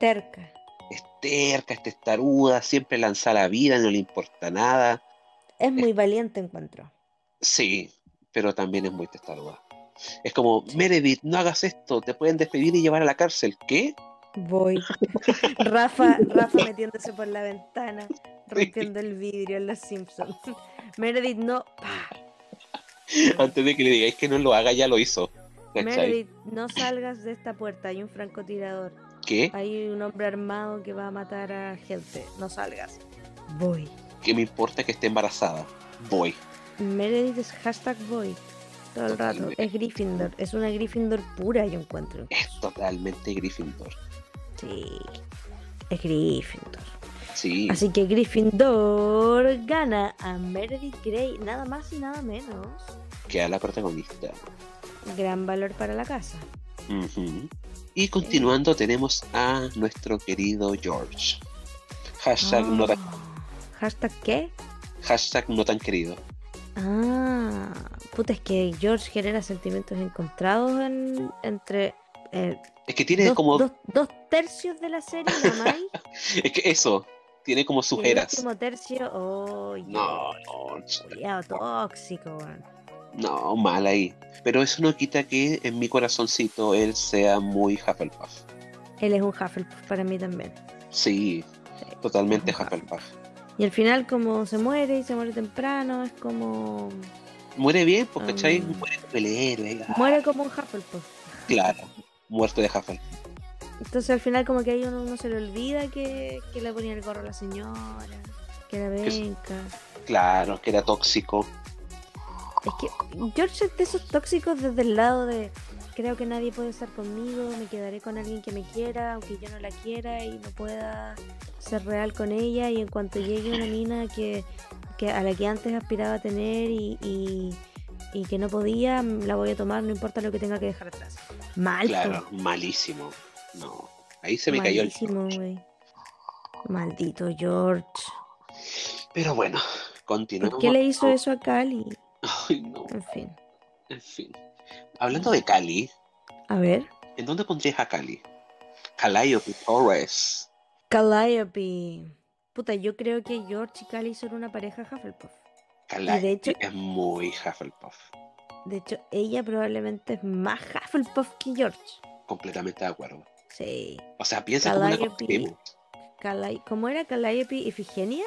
Terca. Es terca, es testaruda, siempre lanza la vida, no le importa nada. Es muy valiente, encuentro. Sí, pero también es muy testaruda. Es como, Meredith, no hagas esto, te pueden despedir y llevar a la cárcel. ¿Qué? Voy. Rafa, Rafa metiéndose por la ventana, rompiendo el vidrio en los Simpsons. Meredith no. pa. Antes de que le digáis que no lo haga, ya lo hizo. ¿Cachai? Meredith, no salgas de esta puerta. Hay un francotirador. ¿Qué? Hay un hombre armado que va a matar a gente. No salgas. Voy. ¿Qué me importa que esté embarazada? Voy. Meredith es hashtag voy. Todo el rato. Totalmente. Es Gryffindor. Es una Gryffindor pura, yo encuentro. Es totalmente Gryffindor. Sí. Es Gryffindor. Sí, Así que Gryffindor gana a Meredith Grey, nada más y nada menos. queda la protagonista. Gran valor para la casa. Ujú. Y continuando tenemos a nuestro querido George. Hashtag, no tan, Ah, ¿Hashtag qué? hashtag no tan querido. Ah, puta, es que George genera sentimientos encontrados en- entre eh, Es que tiene dos, como... dos- dos tercios de la serie, mamá. Es que eso, tiene como sus y el eras. último tercio, oh, No, George, no, culiao tóxico, weón. no, mal ahí. Pero eso no quita que en mi corazoncito él sea muy Hufflepuff. Él es un Hufflepuff para mí también. Sí, totalmente es un Hufflepuff. Y al final, como se muere y se muere temprano, es como. Muere bien, pues, ¿cachai? Mm. Muere como el héroe. ah, Muere como un Hufflepuff. Claro, muerte de Hufflepuff. Entonces al final como que ahí uno, uno se le olvida que, que le ponía el gorro a la señora, que la Que es- venca. Claro, que era tóxico. Es que George es de esos tóxicos desde el lado de creo que nadie puede estar conmigo, me quedaré con alguien que me quiera, aunque yo no la quiera y no pueda ser real con ella. Y en cuanto llegue una mina que, que a la que antes aspiraba a tener y, y- y que no podía, la voy a tomar, no importa lo que tenga que dejar atrás. Mal. po. Claro, malísimo. No, ahí se me cayó Malísimo, el... güey. Maldito George. Pero bueno, ¿Por continuamos. qué le hizo eso a Cali? Ay, no, En fin. en fin. Hablando de Cali, A ver. ¿en dónde pondrías a Cali? Calliope Torres. Calliope. Puta, yo creo que George y Cali son una pareja Hufflepuff. Calliope hecho- es muy Hufflepuff. De hecho, ella probablemente es más Hufflepuff que George. Completamente de acuerdo. Sí. O sea, piensa como la Calliope. construimos. Calli- ¿Cómo era Calliope Ifigenia?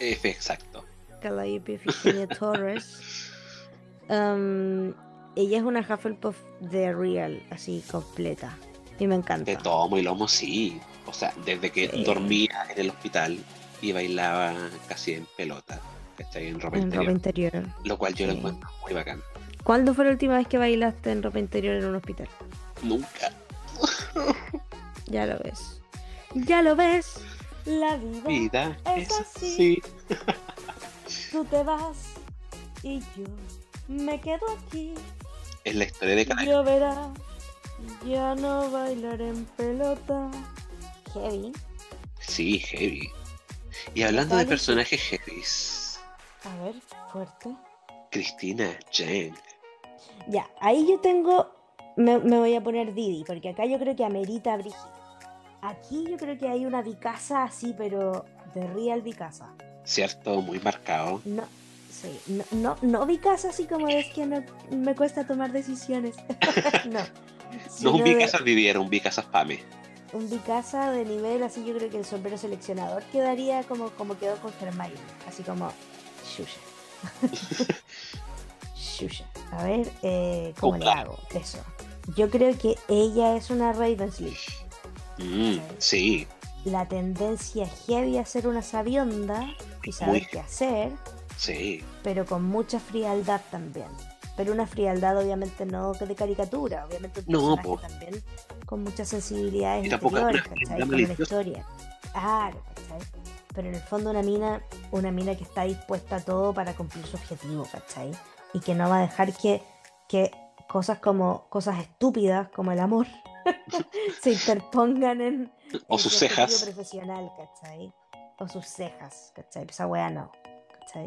F, exacto. Calliope Ifigenia Torres. Um, ella es una Hufflepuff de real, así completa. Y me encanta. De tomo y lomo, sí. O sea, desde que Sí. dormía en el hospital y bailaba casi en pelota, ¿cachai? En ropa En interior. ropa interior. Lo cual yo lo Sí. encuentro muy bacán. ¿Cuándo fue la última vez que bailaste en ropa interior en un hospital? Nunca. Ya lo ves. Ya lo ves, la vida, Vida Es es así. así. tú te vas y yo me quedo aquí. Es la historia de Canario. Lloverá, ya no bailaré en pelota. Heavy. Sí, heavy. Y hablando ¿Cuál de es? personajes heavies, A ver, fuerte. Cristina Chang. Ya, ahí yo tengo. Me, me voy a poner Didi, porque acá yo creo que amerita Brigitte. Aquí yo creo que hay una Vicasa así, pero de real Vicasa. ¿Cierto? Muy marcado. No, sí, no, no, no Vicasa así como es que no me cuesta tomar decisiones. no. No es sino un de- Vicasas Viviera, un Vicasas Pame. un Vicasa de nivel así, yo creo que el sombrero seleccionador quedaría como, como quedó con Hermione, así como Shusha. Shusha. A ver, eh, ¿cómo le Ojalá. hago? Eso. Yo creo que ella es una Ravensley. Mm, sí, La tendencia heavy a ser una sabionda y saber Muy. qué hacer, sí. pero con mucha frialdad también. Pero una frialdad obviamente no que de caricatura, obviamente un No, personaje po. también con muchas sensibilidades Y tampoco es interiores, una ¿cachai? frialdad Con una maliciosa. historia. Claro, ¿cachai? Pero en el fondo una mina, una mina que está dispuesta a todo para cumplir su objetivo, ¿cachai? Y que no va a dejar que, que cosas como cosas estúpidas como el amor se interpongan en, O en sus su cejas. objetivo profesional, ¿cachai? O sus cejas, ¿cachai? Esa wea no, ¿cachai?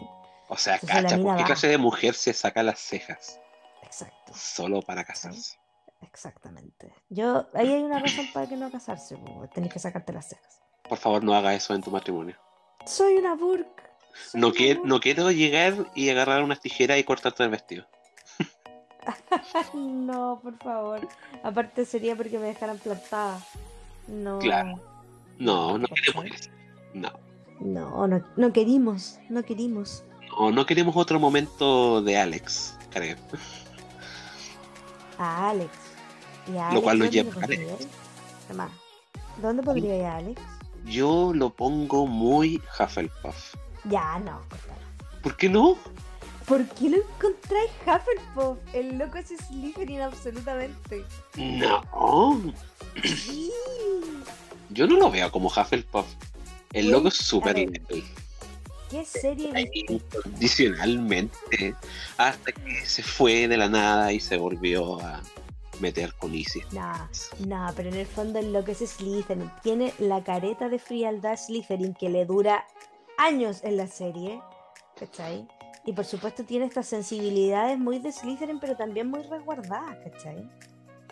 O sea, Entonces la cacha, mina ¿por qué va. clase de mujer se saca las cejas Exacto, solo para casarse? exactamente. Yo, ahí hay una razón para que no casarse, po, tenés que sacarte las cejas. Por favor, no haga eso en tu matrimonio. Soy una burk. soy No, una quie- burk. no quiero llegar y agarrar unas tijeras y cortarte el vestido. No, por favor. Aparte sería porque me dejaran plantada. No. Claro. No, no queremos ¿Cachai? eso. No. No, no, no querimos, no querimos. No, no queremos otro momento de Alex, creo. A Alex. ¿Y a Lo cual Alex, lo ¿dónde lleva a pondrías? Tomás, ¿Dónde podría ir a Alex? Yo lo pongo muy Hufflepuff. Ya, no, cortalo. ¿Por qué no? ¿Por qué lo encontráis Hufflepuff? El loco es Slytherin absolutamente. No. Sí. Yo no lo veo como Hufflepuff. El Güey, logo es súper a ver. leal. ¿Qué serie Ahí, viste? Incondicionalmente. Hasta que se fue de la nada y se volvió a meter con Isis. No, no, pero en el fondo el loco es Slytherin. Tiene la careta de frialdad Slytherin que le dura años en la serie. ¿Cachai? Y por supuesto tiene estas sensibilidades muy de Slytherin, pero también muy resguardadas, ¿cachai?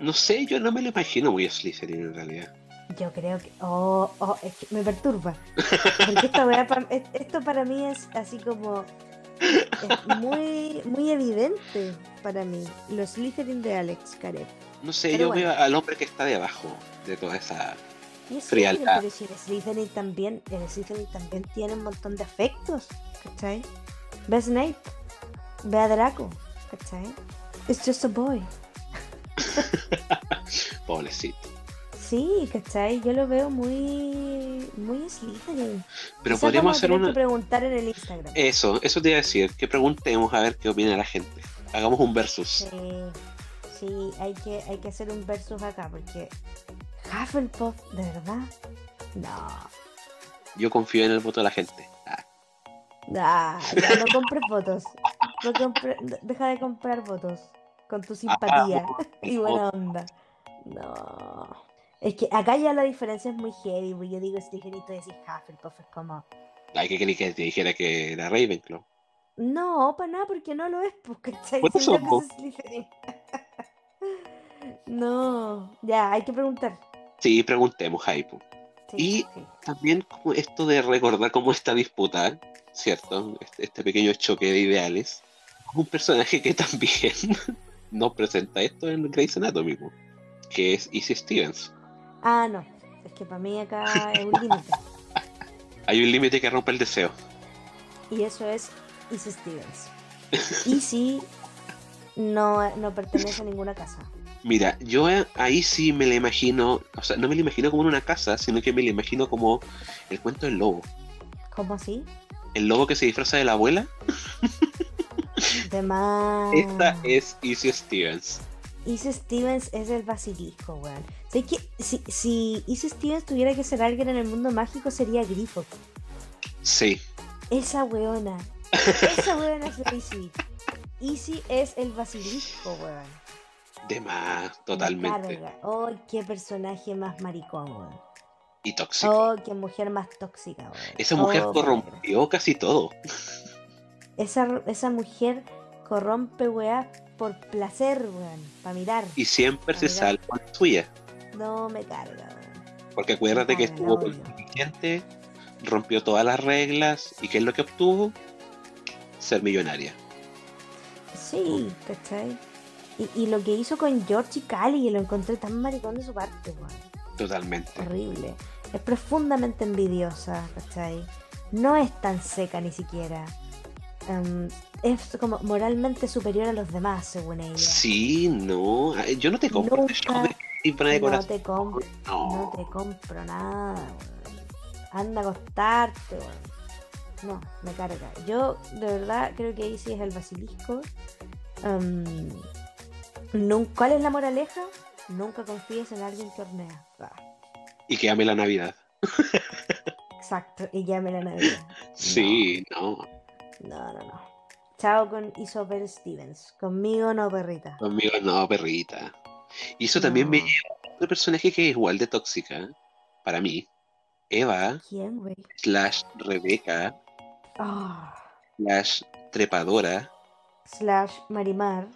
No sé, yo no me lo imagino muy Slytherin en realidad. Yo creo que. Oh, oh, es que me perturba. Porque esta weá pa- es- esto para mí es así como. Es muy, muy evidente para mí. Los Slytherin de Alex Caret. No sé, Pero yo bueno. veo al hombre que está debajo de toda esa. Y es Slytherin, Frialdad. pero si el Slytherin también. El Slytherin también tiene un montón de afectos. ¿Cachai? Ve a Snape. Ve a Draco. ¿Cachai? It's just a boy. Pobrecito. Sí, ¿cachai? Yo lo veo muy. Muy Slytherin. Pero Quizás podríamos vamos a hacer tener una. que Eh. preguntar en el Instagram. Eso, eso te iba a decir, que preguntemos a ver qué opina la gente. Hagamos un versus. Sí, sí, hay que, hay que hacer un versus acá porque Hufflepuff, de verdad, no. Yo confío en el voto de la gente. Ah, Ah, ya, no compres votos. No compre- de- deja de comprar votos con tu ah, simpatía y buena onda. No. Es que acá ya la diferencia es muy heavy. porque Yo digo este Slytherin y tú decís Hufflepuff. Es como, Hay que creer que te dijera que era Ravenclaw. no, para nada, porque no lo es. Pues, ¿cachai? Por Si no, eso, que po. es Slytherin. No, ya, hay que preguntar. Sí, preguntemos, Hypo. Y- sí. También como esto de recordar cómo está disputada, ¿cierto? Este, este pequeño choque de ideales. Un personaje que también nos presenta esto en Grey's Anatomy, po, que es Izzy Stevens. Ah, no. Es que para mí acá es un límite. Hay un límite que rompe el deseo. Y eso es Easy Stevens. Easy no, no pertenece a ninguna casa. Mira, yo a- ahí sí me la imagino, o sea, no me la imagino como en una casa, sino que me la imagino como el cuento del lobo. ¿Cómo así? El lobo que se disfraza de la abuela. De más. Oh. Esta es Izzy Stevens. Izzy Stevens es el basilisco, weón. Sé que si, si Izzy Stevens tuviera que ser alguien en el mundo mágico sería Grifo. Sí, Esa weona. Esa weona es la Izzy. Izzy es el basilisco, weón. de más, Me totalmente. carga. Oh, qué personaje más maricón, weón. Y tóxico. Oh, qué mujer más tóxica, weón. Esa mujer Oh, negra. corrompió casi todo. Esa, esa mujer corrompe, weá, por placer, weón. Para mirar. Y siempre se Amiga. salva con la suya. No me carga, weón. Porque acuérdate que Ah, la estuvo con odio. gente, rompió todas las reglas. ¿Y qué es lo que obtuvo? Ser millonaria. Sí, ¿cachai? Y, y lo que hizo con George y Cali, lo encontré tan maricón de su parte, weón. Totalmente. horrible. Es profundamente envidiosa, ¿cachai? No es tan seca ni siquiera. Em, es como moralmente superior a los demás, según ella. Sí, no. ay, Yo no te compro este show de Nunca- Tiffany de no, corazón. te comp- no No. te compro nada, weón. Anda a acostarte, weón. No, me carga. Yo, de verdad, creo que ahí sí es el basilisco. Em, nun- ¿Cuál es la moraleja? Nunca confíes en alguien que hornea. Ah, Y que ame la Navidad. exacto, y llame la Navidad. Sí, no. No, no, no. Chao con Isabel Stevens. Conmigo no, perrita. Conmigo no, perrita. Y eso también me No. lleva a otro personaje que es igual de tóxica. Para mí. Eva, ¿Quién, güey? slash Rebeca, Ah, slash trepadora. slash Marimar.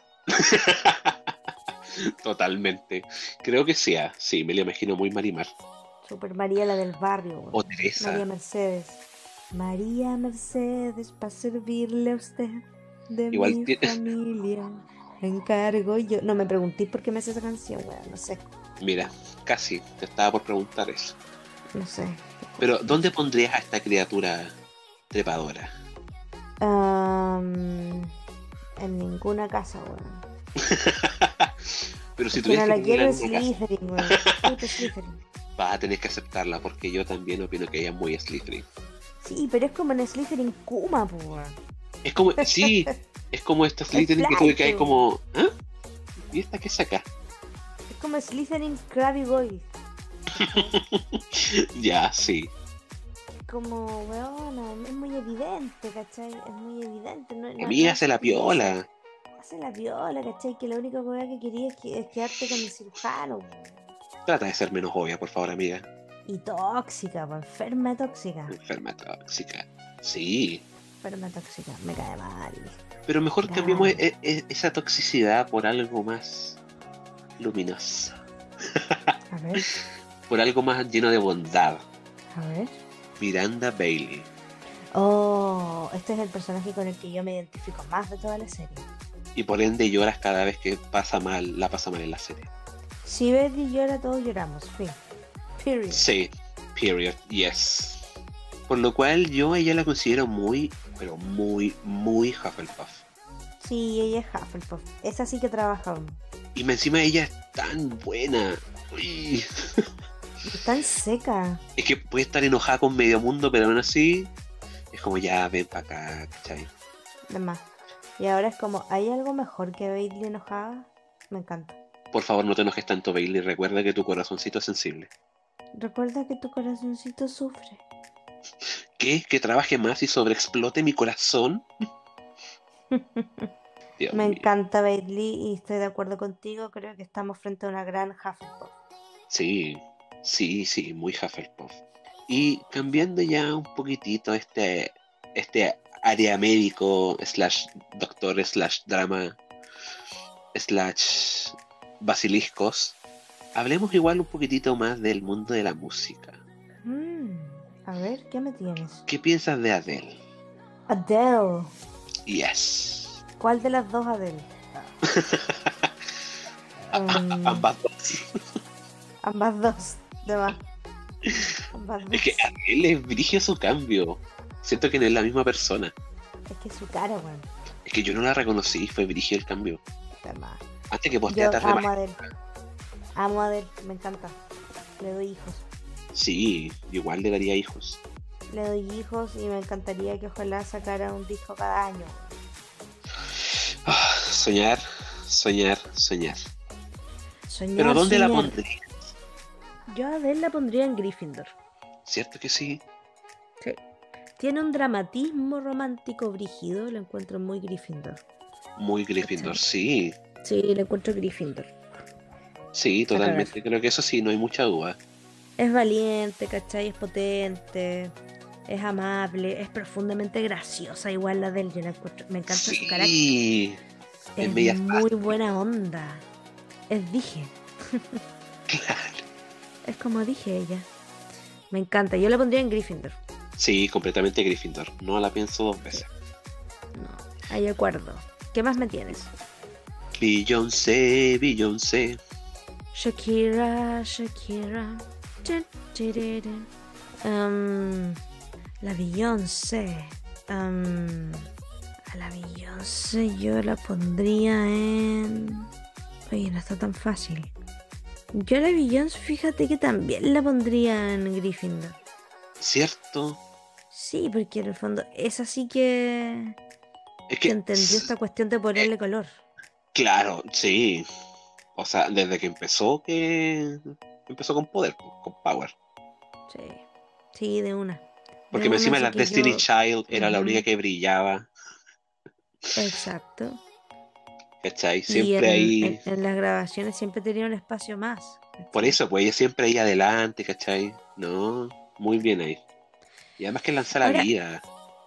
Totalmente. Creo que sea. Sí, me la imagino muy Marimar. Super María la del barrio. güey. O Teresa. María Mercedes. María Mercedes, para servirle a usted de Igual mi tiene- familia. Me encargo yo. No me preguntéis por qué me hace esa canción, weón. No sé, Mira, casi. Te estaba por preguntar eso. no sé. Pero, ¿dónde pondrías a esta criatura trepadora? Am, en ninguna casa, weón. Pero si Que no tuvieras la que quiero ponerla es en una casa, Slytherin, weón. Puta Slytherin. vas a tener que aceptarla porque yo también opino que ella es muy Slytherin. Sí, pero es como en Slytherin Kuma, po. weón. Es como, sí, es como esta Slytherin que tuve que hay como, ¿ah? ¿Y esta qué saca? Es como Slytherin Krabby Boy. ya, sí, Es como, weón, es muy evidente, ¿cachai? Es muy evidente. No, no- amiga no- se la piola. Hace la viola, ¿cachai? Que la única cosa que quería es, que- es quedarte con el cirujano, weón. Trata de ser menos obvia, por favor, amiga. Y tóxica, weón. Enferma tóxica. Enferma tóxica. Sí, Enferma tóxica. Me cae mal. pero mejor cambiemos Claro. e- e- esa toxicidad por algo más luminoso, A ver, por algo más lleno de bondad. a ver. Miranda Bailey. Oh, este es el personaje con el que yo me identifico más de toda la serie. Y por ende lloras cada vez que pasa mal, la pasa mal en la serie. Si Betty llora, todos lloramos. Fin. Period. Sí, period, yes. Por lo cual yo a ella la considero muy, pero muy, muy Hufflepuff. Sí, ella es Hufflepuff. Esa sí que trabaja. aún. Y me- encima ella es tan buena. Uy. Es tan seca. Es que puede estar enojada con medio mundo, pero aún así es como ya ven para acá, ¿cachai? Además. Y ahora es como, ¿hay algo mejor que Bailey enojada? Me encanta. Por favor no te enojes tanto, Bailey. Recuerda que tu corazoncito es sensible. Recuerda que tu corazoncito sufre. ¿Qué? ¿Que trabaje más y sobreexplote mi corazón? Dios Me mío. encanta Bailey y estoy de acuerdo contigo. Creo que estamos frente a una gran Hufflepuff. Sí, sí, sí, muy Hufflepuff. Y cambiando ya un poquitito este, este área médico, slash doctor, slash drama, slash basiliscos, hablemos igual un poquitito más del mundo de la música. Mm, a ver, ¿qué me tienes? ¿Qué piensas de Adele? Adele. Yes. ¿Cuál de las dos Adele? Um, Ambas dos. ambas dos. De más. Ambas dos. Es que Adele es dirige su cambio. Siento que no es la misma persona. Es que su cara, weón. Es que yo no la reconocí, fue dirige el cambio. De más. Antes que Yo postea tarde amo a Adele. Amo a Adele, me encanta. Le doy hijos. Sí, igual le daría hijos. Le doy hijos y me encantaría que ojalá sacara un disco cada año. Ah, soñar, soñar, soñar. Soñar, Pero ¿dónde la soñar. pondría? Yo a Adele la pondría en Gryffindor. ¿Cierto que sí? Tiene un dramatismo romántico brígido, lo encuentro muy Gryffindor. Muy Gryffindor, sí. Sí, lo encuentro Gryffindor. Sí, totalmente. Creo que eso sí, no hay mucha duda. Es valiente, ¿cachai? Es potente, es amable, es profundamente graciosa, igual la del yo la encuentro. Me encanta su carácter. Sí, es Es media muy buena onda. Es dije, claro. es como dije ella. Me encanta, yo la pondría en Gryffindor. Sí, completamente Gryffindor. No la pienso dos veces. No, ahí acuerdo. ¿Qué más me tienes? Beyoncé, Beyoncé. Shakira, Shakira. Chin, chiririn. Em, la Beyoncé. em, a la Beyoncé yo la pondría en. Oye, no está tan fácil. Yo a la Beyoncé, fíjate que también la pondría en Gryffindor. ¿Cierto? Sí, porque en el fondo es así que. Es que. que entendió esta cuestión de Eh. ponerle color. Claro, sí. O sea, desde que empezó que. Empezó con poder, con power. Sí, sí, de una. Porque De una, encima así la que Destiny yo- Child era la Ujú. única que brillaba. Exacto. ¿Cachai? Y Siempre en- ahí. En, en las grabaciones siempre tenía un espacio más. ¿cachai? Por eso, pues ella siempre ahí adelante, ¿cachai? No, muy bien ahí. Y además que lanza la Ahora- vida.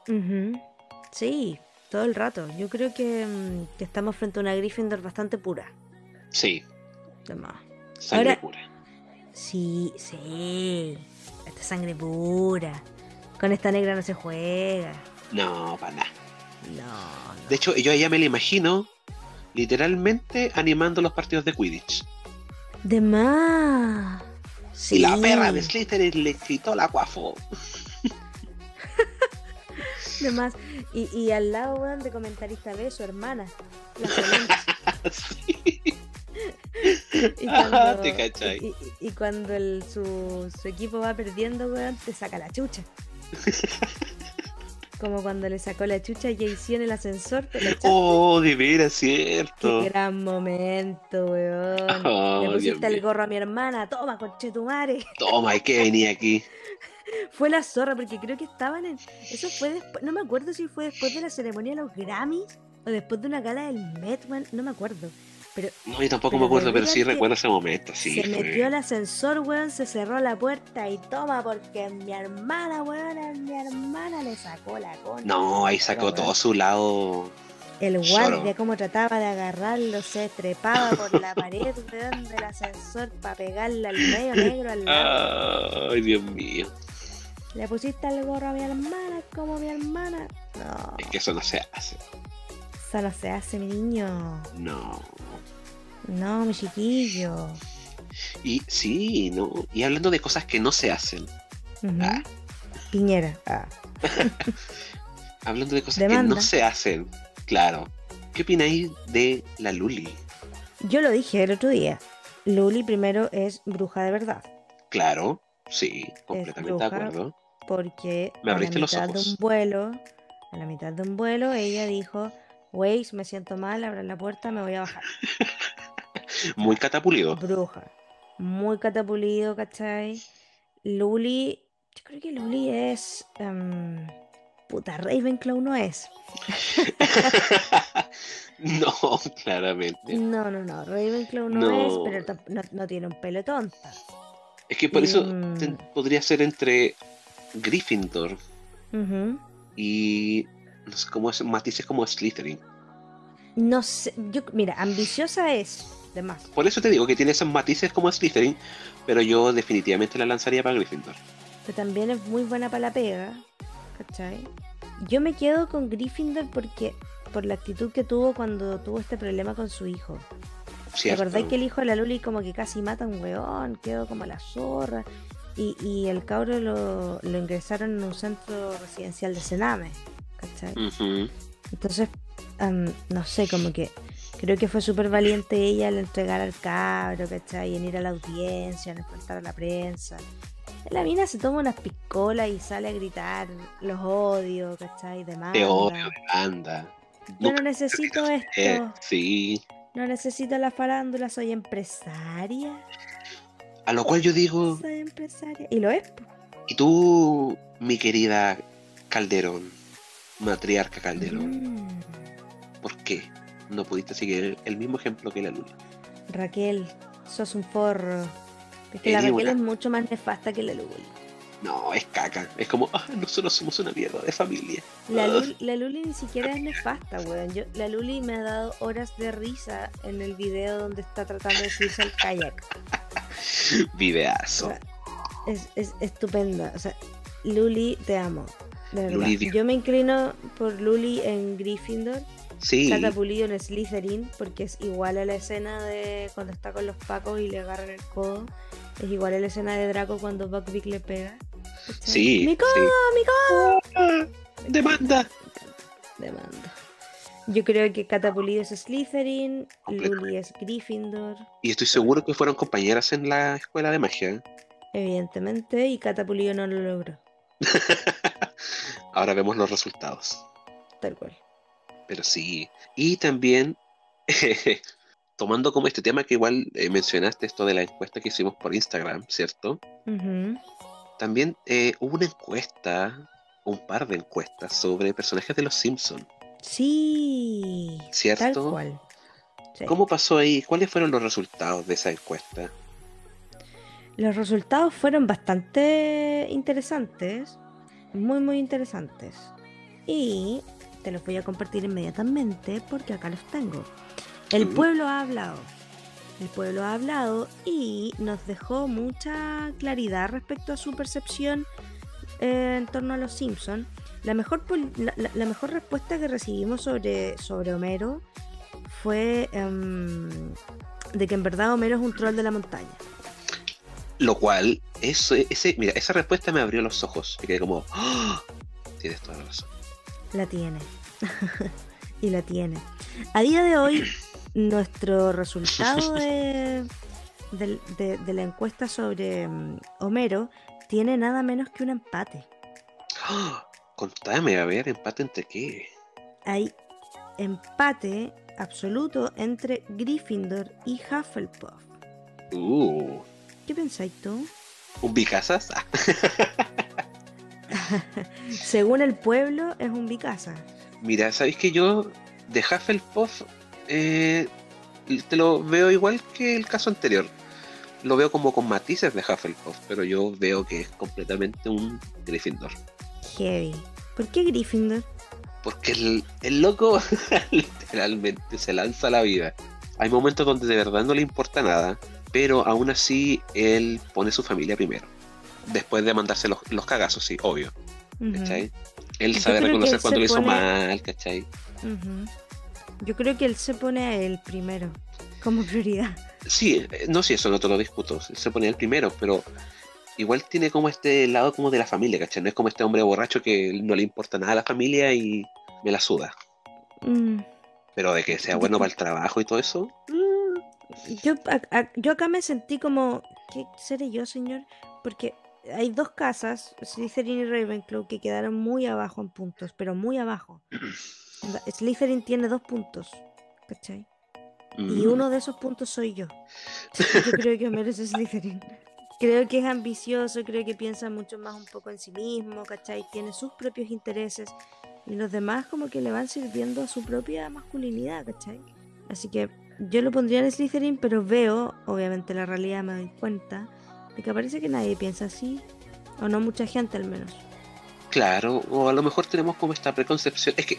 Ujú. Sí, todo el rato. Yo creo que, mm, que estamos frente a una Gryffindor bastante pura. Sí, de más. sangre Ahora- pura. Sí, sí. Esta es sangre pura. Con esta negra no se juega. No, para nada. No, no. De hecho, yo a ella me la imagino literalmente animando los partidos de Quidditch. De más. Sí. Y la perra de Slytherin le gritó la cuafo. De más. Y, y al lado, weón, de comentarista B, su hermana. La Solange. Sí. Y Ah, cuando, te cachai. y- y- y cuando el- su, su equipo va perdiendo, weón, te saca la chucha. Como cuando le sacó la chucha a Jay-Z en el ascensor, te la Oh, de veras, ¡Qué cierto. gran momento, weón! Oh, Le Dios pusiste el mío. gorro a mi hermana, toma, conchetumare. Toma, hay que venir aquí. Fue la zorra, porque creo que estaban en. Eso fue después. No me acuerdo si fue después de la ceremonia de los Grammys o después de una gala del Met, weón, No me acuerdo. Pero No, yo tampoco Pero me acuerdo, de pero veras sí que recuerdo ese momento. Sí, se fue- metió el ascensor, weón, se cerró la puerta y toma, porque mi hermana, weón, a mi hermana le sacó la concha. No, ahí sacó Weón. todo su lado. El Solo. guardia, como trataba de agarrarlo, se trepaba por la pared, weón, del ascensor para pegarle al medio negro al Ah. lado. Ah. Ay, Dios mío. Le pusiste el gorro a mi hermana, como mi hermana. No, Es que eso no se hace. eso no se hace, mi niño. No. No, mi chiquillo. Y sí, no. Y hablando de cosas que no se hacen. Ujú. Ah. Piñera. Ah. Hablando de cosas que Demanda. no se hacen. Claro. ¿Qué opináis de la Luli? Yo lo dije el otro día. Luli primero es bruja de verdad. Claro. Sí, completamente de bruja. acuerdo. porque Me a la abriste los mitad ojos. de un vuelo, a la mitad de un vuelo, ella dijo, Waze, me siento mal, abran la puerta, me voy a bajar. Muy catapulido. Bruja. Muy catapulido, ¿cachai? Luli, yo creo que Luli es... em, puta, Ravenclaw no es. no, claramente. No, no, no, Ravenclaw no, No. es, pero tam- no, no tiene un pelo tonta. Es que por eso Mm. ten- podría ser entre Gryffindor Ujú. y. No sé cómo es. Matices como Slytherin. No sé, yo, mira, ambiciosa es, de más. Por eso te digo que tiene esos matices como Slytherin, pero yo definitivamente la lanzaría para Gryffindor. pero también es muy buena para la pega, ¿cachai? Yo me quedo con Gryffindor porque por la actitud que tuvo cuando tuvo este problema con su hijo. ¿Te ¿Cierto? acordáis que el hijo de la Luli como que casi mata a un weón, quedó como la zorra? Y, y el cabro lo, lo ingresaron en un centro residencial de Sename, ¿cachai? Ujú. Entonces, am, no sé, como que creo que fue súper valiente ella al entregar al cabro, ¿cachai? En ir a la audiencia, en enfrentar a la prensa. La mina se toma unas piscolas y sale a gritar los odios, Ah, ¿cachai? Demanda. Te odio, anda. Yo no necesito esto. eh, sí, No necesito la farándula, soy empresaria. A lo cual yo digo, Soy empresaria. Y lo es. pues. po. y tú, mi querida Calderón, matriarca Calderón, Mm. ¿por qué no pudiste seguir el, el mismo ejemplo que la Lula? Raquel, sos un forro. Porque la Película. Raquel es mucho más nefasta que la Luli. No, es caca. Es como, ah, nosotros somos una mierda de familia. La, Ah. Lul- la Luli ni siquiera es nefasta, weón. Yo, la Luli me ha dado horas de risa en el video donde está tratando de subirse al kayak. Viveazo. Es, es estupenda. O sea, Luli, te amo. De verdad. Luli, Dios. Yo me inclino por Luli en Gryffindor, Sí, Cata Pulido en Slytherin, porque es igual a la escena de cuando está con los pacos y le agarran el codo. Es igual a la escena de Draco cuando Buckbeak le pega. ¿cachai? sí. ¡Mi codo, sí. mi codo! Ah, Demanda. Demanda. Yo creo que Cata Pulido es Slytherin, Completamente. Luli es Gryffindor, Y estoy seguro que fueron compañeras en la escuela de magia. ¿eh? evidentemente, y Cata Pulido no lo logró. Ahora vemos los resultados. Tal cual. Pero sí. Y también, tomando como este tema que igual eh, mencionaste, esto de la encuesta que hicimos por Instagram, ¿cierto? Ujú. También eh, hubo una encuesta, un par de encuestas sobre personajes de los Simpsons, Sí. Tal ¿cierto? cual. Sí. ¿Cómo pasó ahí? ¿Cuáles fueron los resultados de esa encuesta? Los resultados fueron bastante interesantes, muy muy interesantes. Y te los voy a compartir inmediatamente porque acá los tengo. El Ujú. pueblo ha hablado. El pueblo ha hablado y nos dejó mucha claridad respecto a su percepción eh, en torno a los Simpson. La mejor, pol- la, la- la mejor respuesta que recibimos sobre, sobre Homero fue em, de que en verdad Homero es un troll de la montaña. Lo cual, eso, ese, mira, esa respuesta me abrió los ojos. Me quedé como, ¡Ah! tienes toda la razón. La tiene. y la tiene. A día de hoy, nuestro resultado de, del- de- de la encuesta sobre mm, Homero tiene nada menos que un empate. ¡Ah! Contame, a ver, empate entre qué. Hay empate absoluto entre Gryffindor y Hufflepuff. Uh, ¿Qué pensáis tú? ¿Un bicazas? Ah, Según el pueblo, es un Bicasa. mira, ¿sabéis que yo de Hufflepuff eh, te lo veo igual que el caso anterior? Lo veo como con matices de Hufflepuff, pero yo veo que es completamente un Gryffindor. Heavy. ¿Por qué Gryffindor? Porque el, el loco literalmente se lanza a la vida. Hay momentos donde de verdad no le importa nada, pero aún así él pone su familia primero. Después de mandarse los, los cagazos, sí, obvio. Ujú. ¿Cachai? Él Yo sabe creo que reconocer él cuando se lo hizo pone- mal, ¿cachai? Ujú. Yo creo que él se pone a él primero, como prioridad. Sí, eh, no, sí, eso no te lo discuto. Se pone el primero, pero igual tiene como este lado como de la familia, ¿cachai? No es como este hombre borracho que no le importa nada a la familia y me la suda. Mm. Pero de que sea bueno para el trabajo y todo eso, Yo, a- a- yo acá me sentí como, ¿qué seré yo, señor? Porque hay dos casas, Slytherin y Ravenclaw, que quedaron muy abajo en puntos, pero muy abajo. Onda, Slytherin tiene dos puntos, ¿cachai? Y mm, uno de esos puntos soy yo. Yo creo que Homero es Slytherin. Creo que es ambicioso, creo que piensa mucho más un poco en sí mismo, ¿cachai? Tiene sus propios intereses y los demás como que le van sirviendo a su propia masculinidad, ¿cachai? Así que yo lo pondría en Slytherin, pero veo, obviamente la realidad me doy cuenta, de que parece que nadie piensa así, o no mucha gente al menos. Claro, o a lo mejor tenemos como esta preconcepción. Es que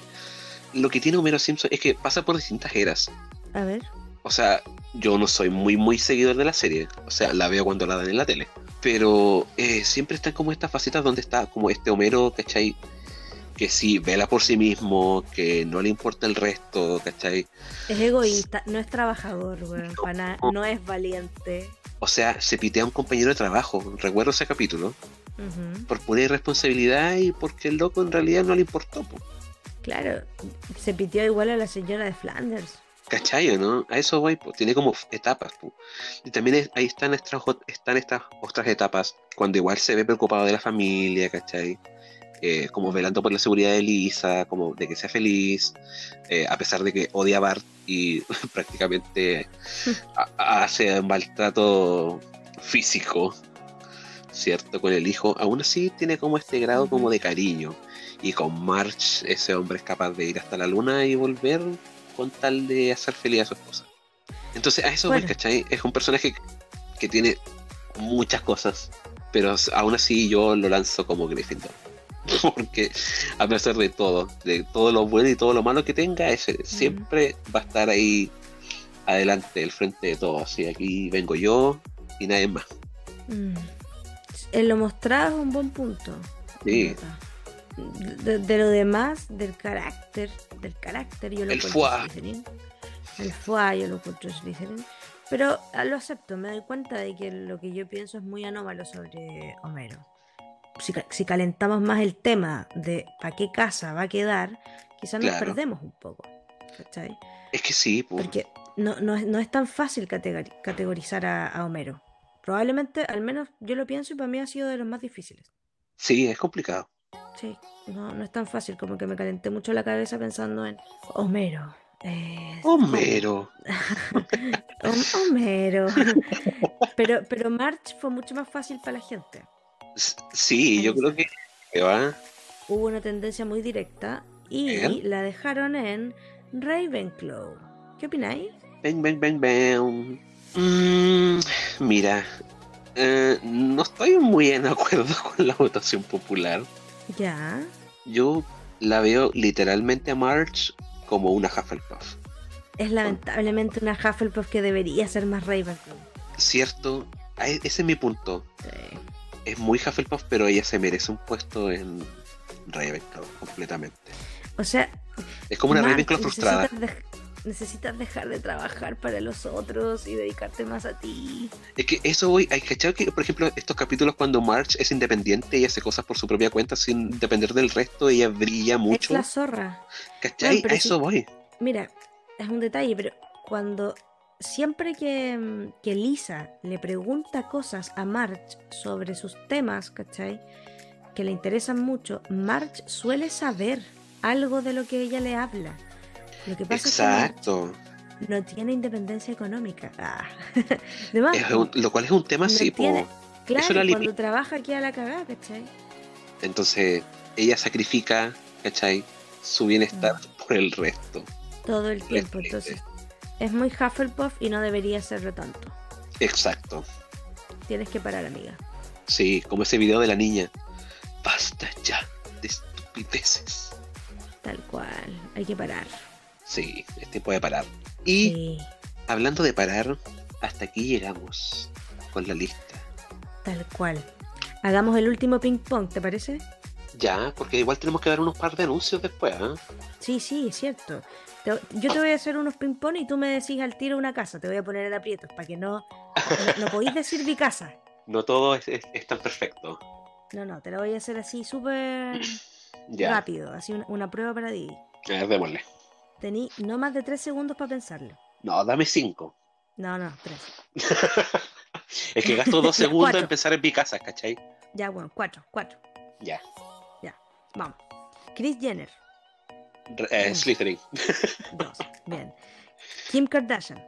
lo que tiene Homero Simpson es que pasa por distintas eras. A ver, O sea, yo no soy muy, muy seguidor de la serie. O sea, la veo cuando la dan en la tele. Pero eh, siempre están como estas facetas donde está como este Homero, ¿cachai? Que sí, vela por sí mismo, que no le importa el resto, ¿cachai? es egoísta, no es trabajador, weón, pa' na- No. no es valiente. O sea, se pitea a un compañero de trabajo. Recuerdo ese capítulo. Ujú. Por pura irresponsabilidad y porque el loco en realidad no le importó. po. Claro, se pitió igual a la señora de Flanders. ¿Cachai o no? A eso voy, pues. tiene como f- etapas. po. Y también es- ahí están estas, ot- están estas otras etapas, cuando igual se ve preocupado de la familia, ¿cachai? eh, como velando por la seguridad de Lisa, como de que sea feliz, eh, a pesar de que odia a Bart y prácticamente a- a- hace maltrato físico, ¿cierto? Con el hijo, aún así tiene como este grado como de cariño. Y con March ese hombre es capaz de ir hasta la luna y volver con tal de hacer feliz a su esposa. Entonces, a eso voy, Bueno. ¿cachai? Es un personaje que tiene muchas cosas, pero aún así yo lo lanzo como Gryffindor. Porque a pesar de todo, de todo lo bueno y todo lo malo que tenga, ese siempre va a estar ahí adelante, el frente de todo. Así aquí vengo yo y nadie más. Mm. Eh, Lo mostrado es un buen punto. Sí. De, de lo demás, del carácter, del carácter, yo lo El encuentro foie. Slytherin. El foie, yo lo encuentro Slytherin. Pero ah, lo acepto, me doy cuenta de que lo que yo pienso es muy anómalo sobre Homero. Si, ca- si calentamos más el tema de para qué casa va a quedar, quizás nos Claro. perdemos un poco. ¿Cachai? Es que sí, pues, Porque no, no, es, no es tan fácil categori- categorizar a, a Homero. Probablemente, al menos yo lo pienso y para mí ha sido de los más difíciles. sí, es complicado. Sí, no, no es tan fácil, como que me calenté mucho la cabeza pensando en Homero. eh, Homero. Hom- Homero. pero, pero March fue mucho más fácil para la gente. S- Sí, yo creo que que va. Hubo una tendencia muy directa y Bien. la dejaron en Ravenclaw. ¿Qué opináis? Ven, ven, ven, ven. Mm, mira, eh, no estoy muy en acuerdo con la votación popular. Ya. Yo la veo literalmente a March como una Hufflepuff. Es lamentablemente una Hufflepuff que debería ser más Ravenclaw. ¿Cierto? Ah, e- Ese es mi punto. Sí. Es muy Hufflepuff, pero ella se merece un puesto en Ravenclaw completamente. O sea, Es como una March, Ravenclaw frustrada. Necesitas, dej- necesitas dejar de trabajar para los otros y dedicarte más a ti. Es que eso hoy, hay cachado que, por ejemplo, estos capítulos cuando March es independiente y hace cosas por su propia cuenta sin depender del resto, ella brilla Es mucho. la zorra. ¿Cachai? Bueno, pero a eso sí. voy. Mira, es un detalle, pero cuando siempre que, mm, que Lisa le pregunta cosas a March sobre sus temas, ¿cachai? Que le interesan mucho, March suele saber algo de lo que ella le habla. Lo que pasa Exacto. es que March no tiene independencia económica. Ah. De más, Es un- lo cual es un tema No así, po. tiene- claro, eso la limita. cuando trabaja queda la cagada, ¿cachai? Entonces, ella sacrifica, ¿cachai? Su bienestar Mm. por el resto. Todo el tiempo, triste. entonces es muy Hufflepuff y no debería serlo tanto. Exacto. Tienes que parar, amiga. Sí, como ese video de la niña. Basta ya de estupideces. Tal cual, hay que parar. Sí, es tiempo de parar. Y Sí, hablando de parar, hasta aquí llegamos con la lista. tal cual. Hagamos el último ping pong, ¿te parece? Ya, porque igual tenemos que dar unos par de anuncios después, ¿ah? Sí, sí, es cierto. Te- yo te voy a hacer unos ping pong y tú me decís al tiro una casa. Te voy a poner en aprietos para que no, no, no podéis decir mi casa. No todo es, es- es tan perfecto. No, no, te la voy a hacer así súper Ya, rápido, así una, una prueba para ti. a ver, démosle. Tení no más de tres segundos para pensarlo. No, dame cinco. No, no, tres. Es que gasto dos Ya, segundos cuatro. en pensar en mi casa, ¿cachai? Ya, bueno, cuatro, cuatro. Ya. Vamos. Chris Jenner, Re- eh, Mm. Slytherin. dos. Bien. Kim Kardashian,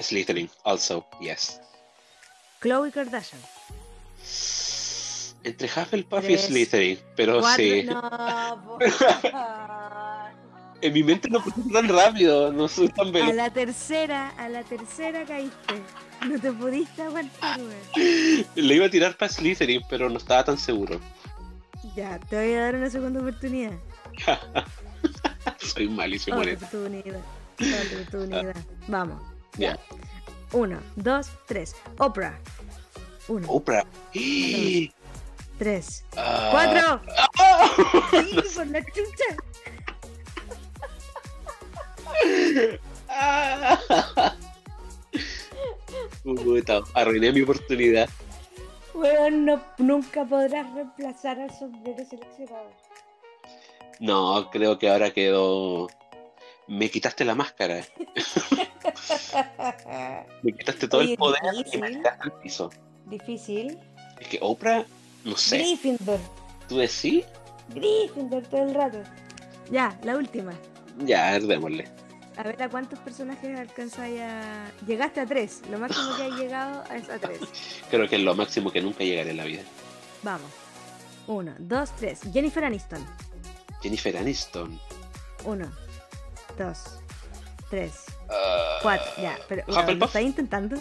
Slytherin, also, yes. Khloe Kardashian. Entre Hufflepuff y Tres, Slytherin, pero cuatro. Oh, sí. No, por favor. En mi mente no puse tan rápido, no soy tan A veloz. la tercera, a la tercera caíste. No te pudiste aguantar, weón. Le iba a tirar para Slytherin, pero no estaba tan seguro. Ya, te voy a dar una segunda oportunidad. Soy malísimo en Otra esto. oportunidad. Otra oportunidad. Vamos. Ya. Uno, dos, tres. Oprah. Uno, Oprah. tres, Ah. cuatro. Ah. Sí, por la chucha. Ah. Puta, arruiné mi oportunidad. Weón, no, nunca podrás reemplazar al sombrero seleccionado. No, creo que ahora quedó. Me quitaste la máscara, me quitaste todo Oye, el poder y difícil. me tiraste al piso. Difícil. Es que Oprah, no sé, Gryffindor. ¿tú decís? Gryffindor todo el rato. Ya, la última. Ya, a ver, démosle. A ver a cuántos personajes alcanzáis a. Llegaste a tres. Lo máximo que has llegado es a tres. Creo que es lo máximo que nunca llegaré en la vida. Vamos. Uno, dos, tres. Jennifer Aniston. Jennifer Aniston. Uno, dos, tres, Ah, cuatro. Ya, pero bueno, Hufflepuff. ¿lo estás intentando?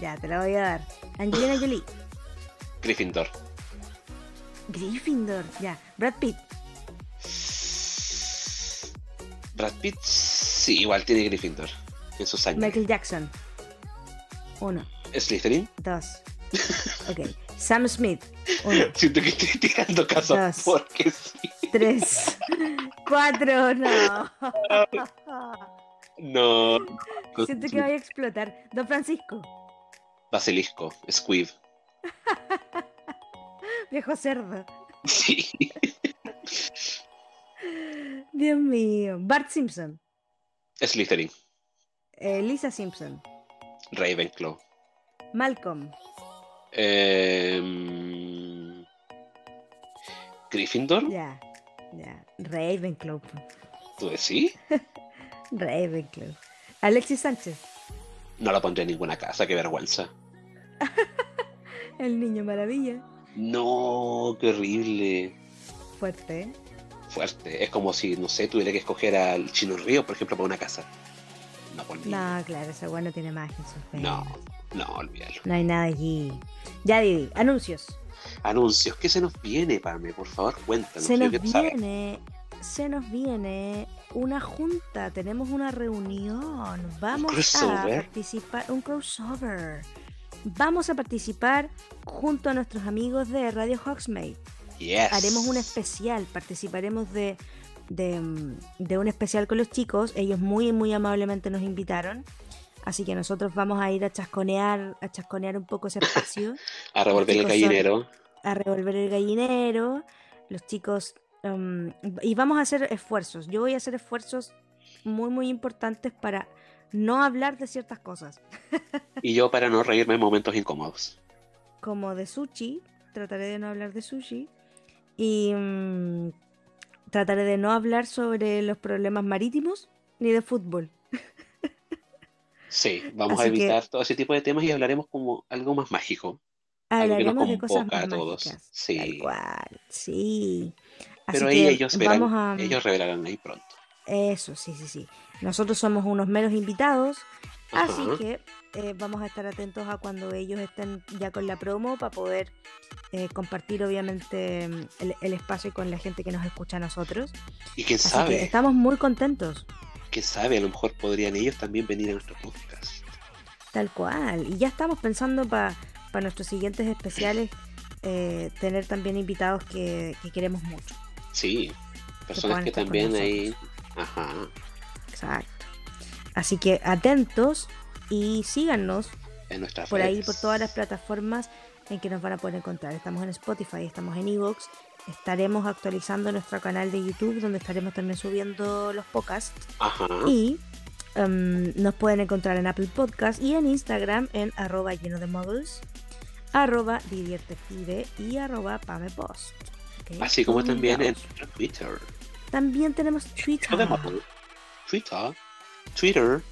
Ya, te la voy a dar. Angelina Jolie. Gryffindor. Gryffindor. Ya. Brad Pitt. Brad Pitt. Sí, igual tiene Gryffindor. En su sangre. Michael Jackson. Uno, Slytherin. dos. Ok. Sam Smith. Uno, Siento que estoy tirando caso Dos. porque sí. tres, cuatro. No. No. Siento que voy a explotar. Don Francisco. Basilisco. Squib. Viejo cerdo. Sí. Dios mío. Bart Simpson. Slytherin. eh, Lisa Simpson. Ravenclaw. Malcolm. Em, Gryffindor. Ya. Ya. Ravenclaw. po. ¿Tú decís? Ravenclaw. Alexis Sánchez. No la pondré en ninguna casa. Qué vergüenza. El niño maravilla. No, qué horrible. Fuerte. ¿eh? Fuerte. Es como si, no sé, tuviera que escoger al Chino Río, por ejemplo, para una casa. No, por No, claro, ese weón no tiene magia en sus venas. No, no, olvídalo. No hay nada allí. Ya, Didi. Anuncios. Anuncios, ¿qué se nos viene, Pame? Por favor, cuéntanos. Se yo nos quiero saber. viene, se nos viene una junta, tenemos una reunión, vamos a crossover? participar, un crossover. Vamos a participar junto a nuestros amigos de Radio Hogsmade. Yes. Haremos un especial, participaremos de, de, mm, de un especial con los chicos. Ellos muy, muy amablemente nos invitaron. Así que nosotros vamos a ir a chasconear, a chasconear un poco ese espacio A revolver el Chicos, son- gallinero. a revolver el gallinero, los chicos, em, y vamos a hacer esfuerzos. Yo voy a hacer esfuerzos muy, muy importantes para no hablar de ciertas cosas, Y yo, para no reírme en momentos incómodos. como de sushi, trataré de no hablar de sushi, y mm, trataré de no hablar sobre los problemas marítimos ni de fútbol. Sí, vamos a Así que- evitar todo ese tipo de temas y hablaremos como algo más mágico. Algo que nos Hablaremos de cosas convoca más a todos. mágicas, Sí. Tal cual, sí. Así Pero ahí que ellos verán, vamos a... ellos revelarán ahí pronto. Eso, sí, sí, sí. Nosotros somos unos meros invitados, así Ajá. que eh, vamos a estar atentos a cuando ellos estén ya con la promo para poder eh, compartir obviamente mm, el, el espacio con la gente que nos escucha a nosotros. Y quién Así que sabe, estamos muy contentos, quién sabe, a lo mejor podrían ellos también venir a nuestro podcast. tal cual. Y ya estamos pensando para nuestros siguientes especiales eh, tener también invitados que, que queremos mucho. Sí, personas puedan que estar con también ahí. Ajá. Exacto. Así que atentos y síganos En nuestras por ahí, redes. por todas las plataformas en que nos van a poder encontrar. Estamos en Spotify, estamos en Evox, estaremos actualizando nuestro canal de YouTube, donde estaremos también subiendo los podcasts. Ajá. Y em, nos pueden encontrar en Apple Podcast y en Instagram en arroba lleno de muggles, arroba diviertepibe y arroba pamepost. ¿ok? Así Ah, como No también en olvidamos. Twitter. También tenemos Lo Twitter. de Marvel. Twitter. Twitter.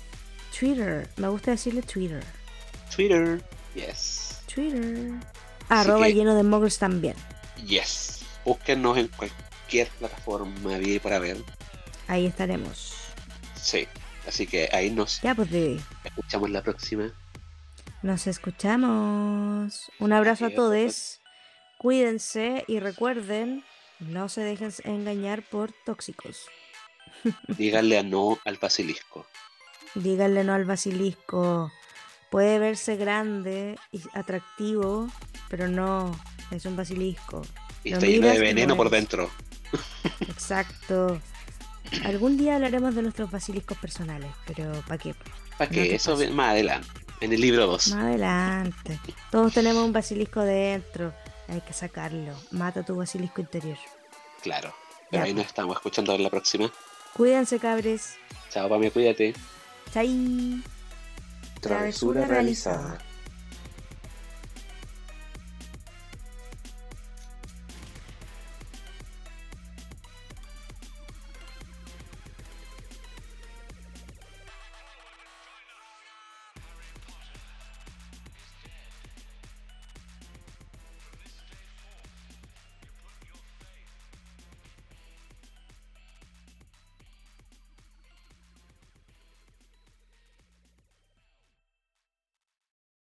Twitter. Me gusta decirle Twitter. Twitter. Yes. Twitter. Arroba que- lleno de muggles también. Yes. Búsquennos en cualquier plataforma bien para ver. Ahí estaremos. Sí. Así que ahí nos Ya, pues, Didi, escuchamos la próxima. nos escuchamos. Un abrazo a Adiós. todos. Cuídense y recuerden, no se dejen engañar por tóxicos. Díganle a no al basilisco. Díganle no al basilisco. Puede verse grande y atractivo, pero no, es un basilisco. Y Lo está lleno de miras y veneno por mueres. dentro. Exacto. Algún día hablaremos de nuestros basiliscos personales, pero ¿para qué? ¿Para No qué? te Eso pases. ve- más adelante. En el libro 2. Más adelante. Todos tenemos un basilisco dentro. Hay que sacarlo. Mata tu basilisco interior. Claro. Ya, Pero ahí pues. nos estamos escuchando en la próxima. Cuídense, cabres. Chao, Pame, cuídate. Chai. Travesura realizada.